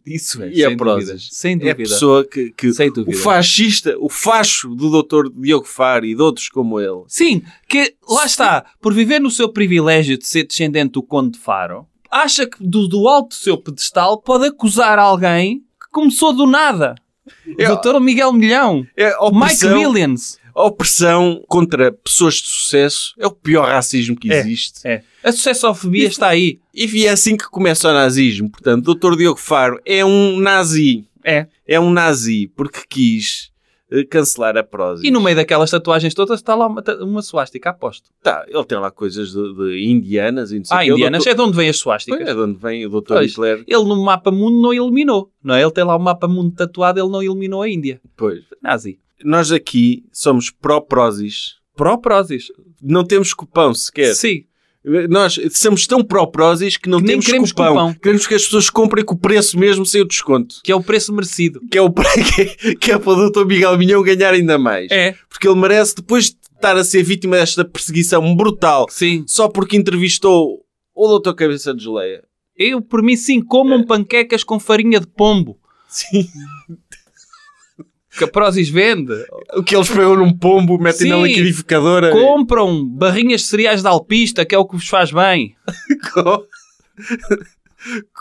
[SPEAKER 3] Isso é,
[SPEAKER 2] E a
[SPEAKER 3] sem
[SPEAKER 2] prosas?
[SPEAKER 3] dúvidas. Sem
[SPEAKER 2] É a
[SPEAKER 3] dúvida.
[SPEAKER 2] pessoa que, que
[SPEAKER 3] Sem
[SPEAKER 2] o
[SPEAKER 3] dúvida.
[SPEAKER 2] fascista, o facho do Dr. Diogo Faro e de outros como ele,
[SPEAKER 3] Sim, que lá está, por viver no seu privilégio de ser descendente do Conde de Faro, acha que do, do alto do seu pedestal pode acusar alguém que começou do nada.
[SPEAKER 2] Eu-
[SPEAKER 3] O Dr. Miguel Milhão,
[SPEAKER 2] é a
[SPEAKER 3] Mike
[SPEAKER 2] opressão-
[SPEAKER 3] Williams.
[SPEAKER 2] A opressão contra pessoas de sucesso é o pior racismo que
[SPEAKER 3] É.
[SPEAKER 2] existe.
[SPEAKER 3] É. A sucessofobia está aí.
[SPEAKER 2] E é assim que começa o nazismo. Portanto, o Dr. Diogo Faro é um nazi.
[SPEAKER 3] É.
[SPEAKER 2] É um nazi porque quis eh, cancelar a prosa.
[SPEAKER 3] E no meio daquelas tatuagens todas está lá uma, ta- uma suástica, aposto.
[SPEAKER 2] Tá, ele tem lá coisas de, de indianas e não sei o
[SPEAKER 3] Ah,
[SPEAKER 2] quê. O
[SPEAKER 3] indianas,
[SPEAKER 2] Dr.
[SPEAKER 3] é de onde vêm as
[SPEAKER 2] Pois,
[SPEAKER 3] suásticas.
[SPEAKER 2] É de onde vem o Dr.
[SPEAKER 3] Pois.
[SPEAKER 2] Hitler.
[SPEAKER 3] Ele no mapa mundo não eliminou, não é? Ele tem lá um mapa mundo tatuado, ele não eliminou a Índia.
[SPEAKER 2] Pois.
[SPEAKER 3] Nazi.
[SPEAKER 2] Nós aqui somos pró-prosis.
[SPEAKER 3] Pró-prosis.
[SPEAKER 2] Não temos cupão sequer.
[SPEAKER 3] Sim.
[SPEAKER 2] Nós somos tão pró-prosis que não
[SPEAKER 3] Que nem
[SPEAKER 2] temos
[SPEAKER 3] queremos cupão.
[SPEAKER 2] Queremos que as pessoas comprem com o preço mesmo sem o desconto.
[SPEAKER 3] Que é o preço merecido.
[SPEAKER 2] que é, o, que, é para o Dr. Miguel Minhão ganhar ainda mais.
[SPEAKER 3] É.
[SPEAKER 2] Porque ele merece, depois de estar a ser vítima desta perseguição brutal,
[SPEAKER 3] Sim.
[SPEAKER 2] só porque entrevistou o Dr. Cabeça de Geleia.
[SPEAKER 3] Eu, por mim, sim, comam panquecas com farinha de pombo.
[SPEAKER 2] Sim.
[SPEAKER 3] Que a Prozis vende.
[SPEAKER 2] O que eles pegam num pombo, metem na
[SPEAKER 3] Sim.
[SPEAKER 2] liquidificadora.
[SPEAKER 3] Compram barrinhas de cereais de alpista, que é o que vos faz bem.
[SPEAKER 2] Com-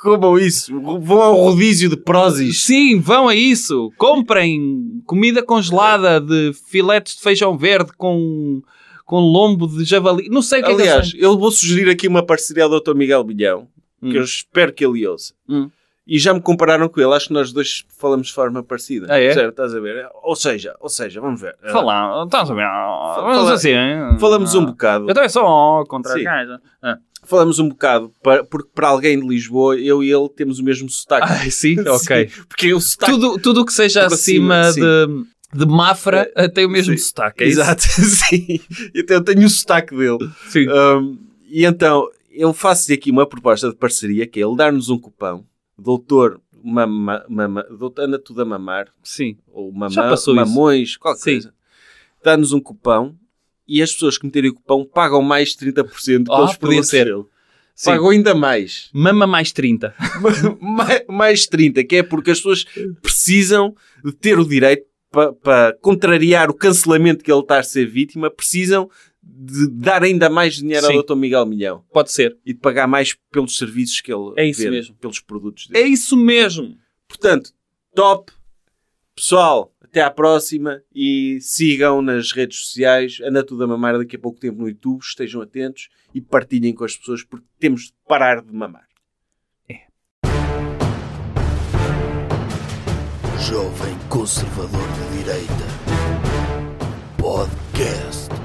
[SPEAKER 2] Comam isso. Vão ao rodízio de prósis.
[SPEAKER 3] Sim, vão a isso. Comprem comida congelada de filetes de feijão verde com, com lombo de javali. Não sei o que é que
[SPEAKER 2] Aliás,
[SPEAKER 3] eles
[SPEAKER 2] eu vou sugerir aqui uma parceria ao Dr. Miguel Milhão, que eu espero que ele ouça.
[SPEAKER 3] Hum.
[SPEAKER 2] E já me compararam com ele, acho que nós dois falamos de forma parecida.
[SPEAKER 3] Ah, é?
[SPEAKER 2] Certo, estás a ver? Ou seja, ou seja, vamos ver.
[SPEAKER 3] fazem. Falam, estás a ver? Vamos
[SPEAKER 2] é. fala-
[SPEAKER 3] assim. hein?
[SPEAKER 2] Falamos um bocado.
[SPEAKER 3] Eu também sou contra
[SPEAKER 2] Sim.
[SPEAKER 3] a casa. Ah.
[SPEAKER 2] Falamos um bocado, para- porque para alguém de Lisboa, eu e ele temos o mesmo sotaque.
[SPEAKER 3] Ai, sim, ok.
[SPEAKER 2] Porque o sotaque.
[SPEAKER 3] Tudo tudo o que seja
[SPEAKER 2] Por acima,
[SPEAKER 3] acima, de, de Mafra eh, tem o mesmo
[SPEAKER 2] sim.
[SPEAKER 3] sotaque. é isso?
[SPEAKER 2] Exato, Ah, sim. Então eu tenho o sotaque dele.
[SPEAKER 3] Sim.
[SPEAKER 2] Ahm, e então, eu faço-lhe aqui uma proposta de parceria, que é ele dar-nos um cupão, doutor, mama, mama, doutor Ana Tudo a Mamar,
[SPEAKER 3] Sim.
[SPEAKER 2] ou mamão,
[SPEAKER 3] Já passou isso.
[SPEAKER 2] mamões, qualquer
[SPEAKER 3] Sim.
[SPEAKER 2] coisa. Dá-nos um cupão e as pessoas que meterem o cupão pagam mais 30%
[SPEAKER 3] Ah,
[SPEAKER 2] pelos
[SPEAKER 3] podia
[SPEAKER 2] produtos
[SPEAKER 3] ser.
[SPEAKER 2] dele.
[SPEAKER 3] Sim.
[SPEAKER 2] Pagam ainda mais.
[SPEAKER 3] Mama mais 30.
[SPEAKER 2] Ma- mais 30, que é porque as pessoas precisam de ter o direito para contrariar o cancelamento que ele está a ser vítima, precisam de dar ainda mais dinheiro
[SPEAKER 3] Sim.
[SPEAKER 2] ao Dr. Miguel Milhão
[SPEAKER 3] Pode ser.
[SPEAKER 2] e de pagar mais pelos serviços que ele
[SPEAKER 3] É isso
[SPEAKER 2] vende,
[SPEAKER 3] mesmo.
[SPEAKER 2] pelos produtos dele.
[SPEAKER 3] É isso mesmo.
[SPEAKER 2] Portanto, top. Pessoal, até à próxima e sigam nas redes sociais. Anda tudo a mamar daqui a pouco tempo no YouTube. Estejam atentos e partilhem com as pessoas porque temos de parar de mamar.
[SPEAKER 1] Jovem Conservador de Direita. Podcast.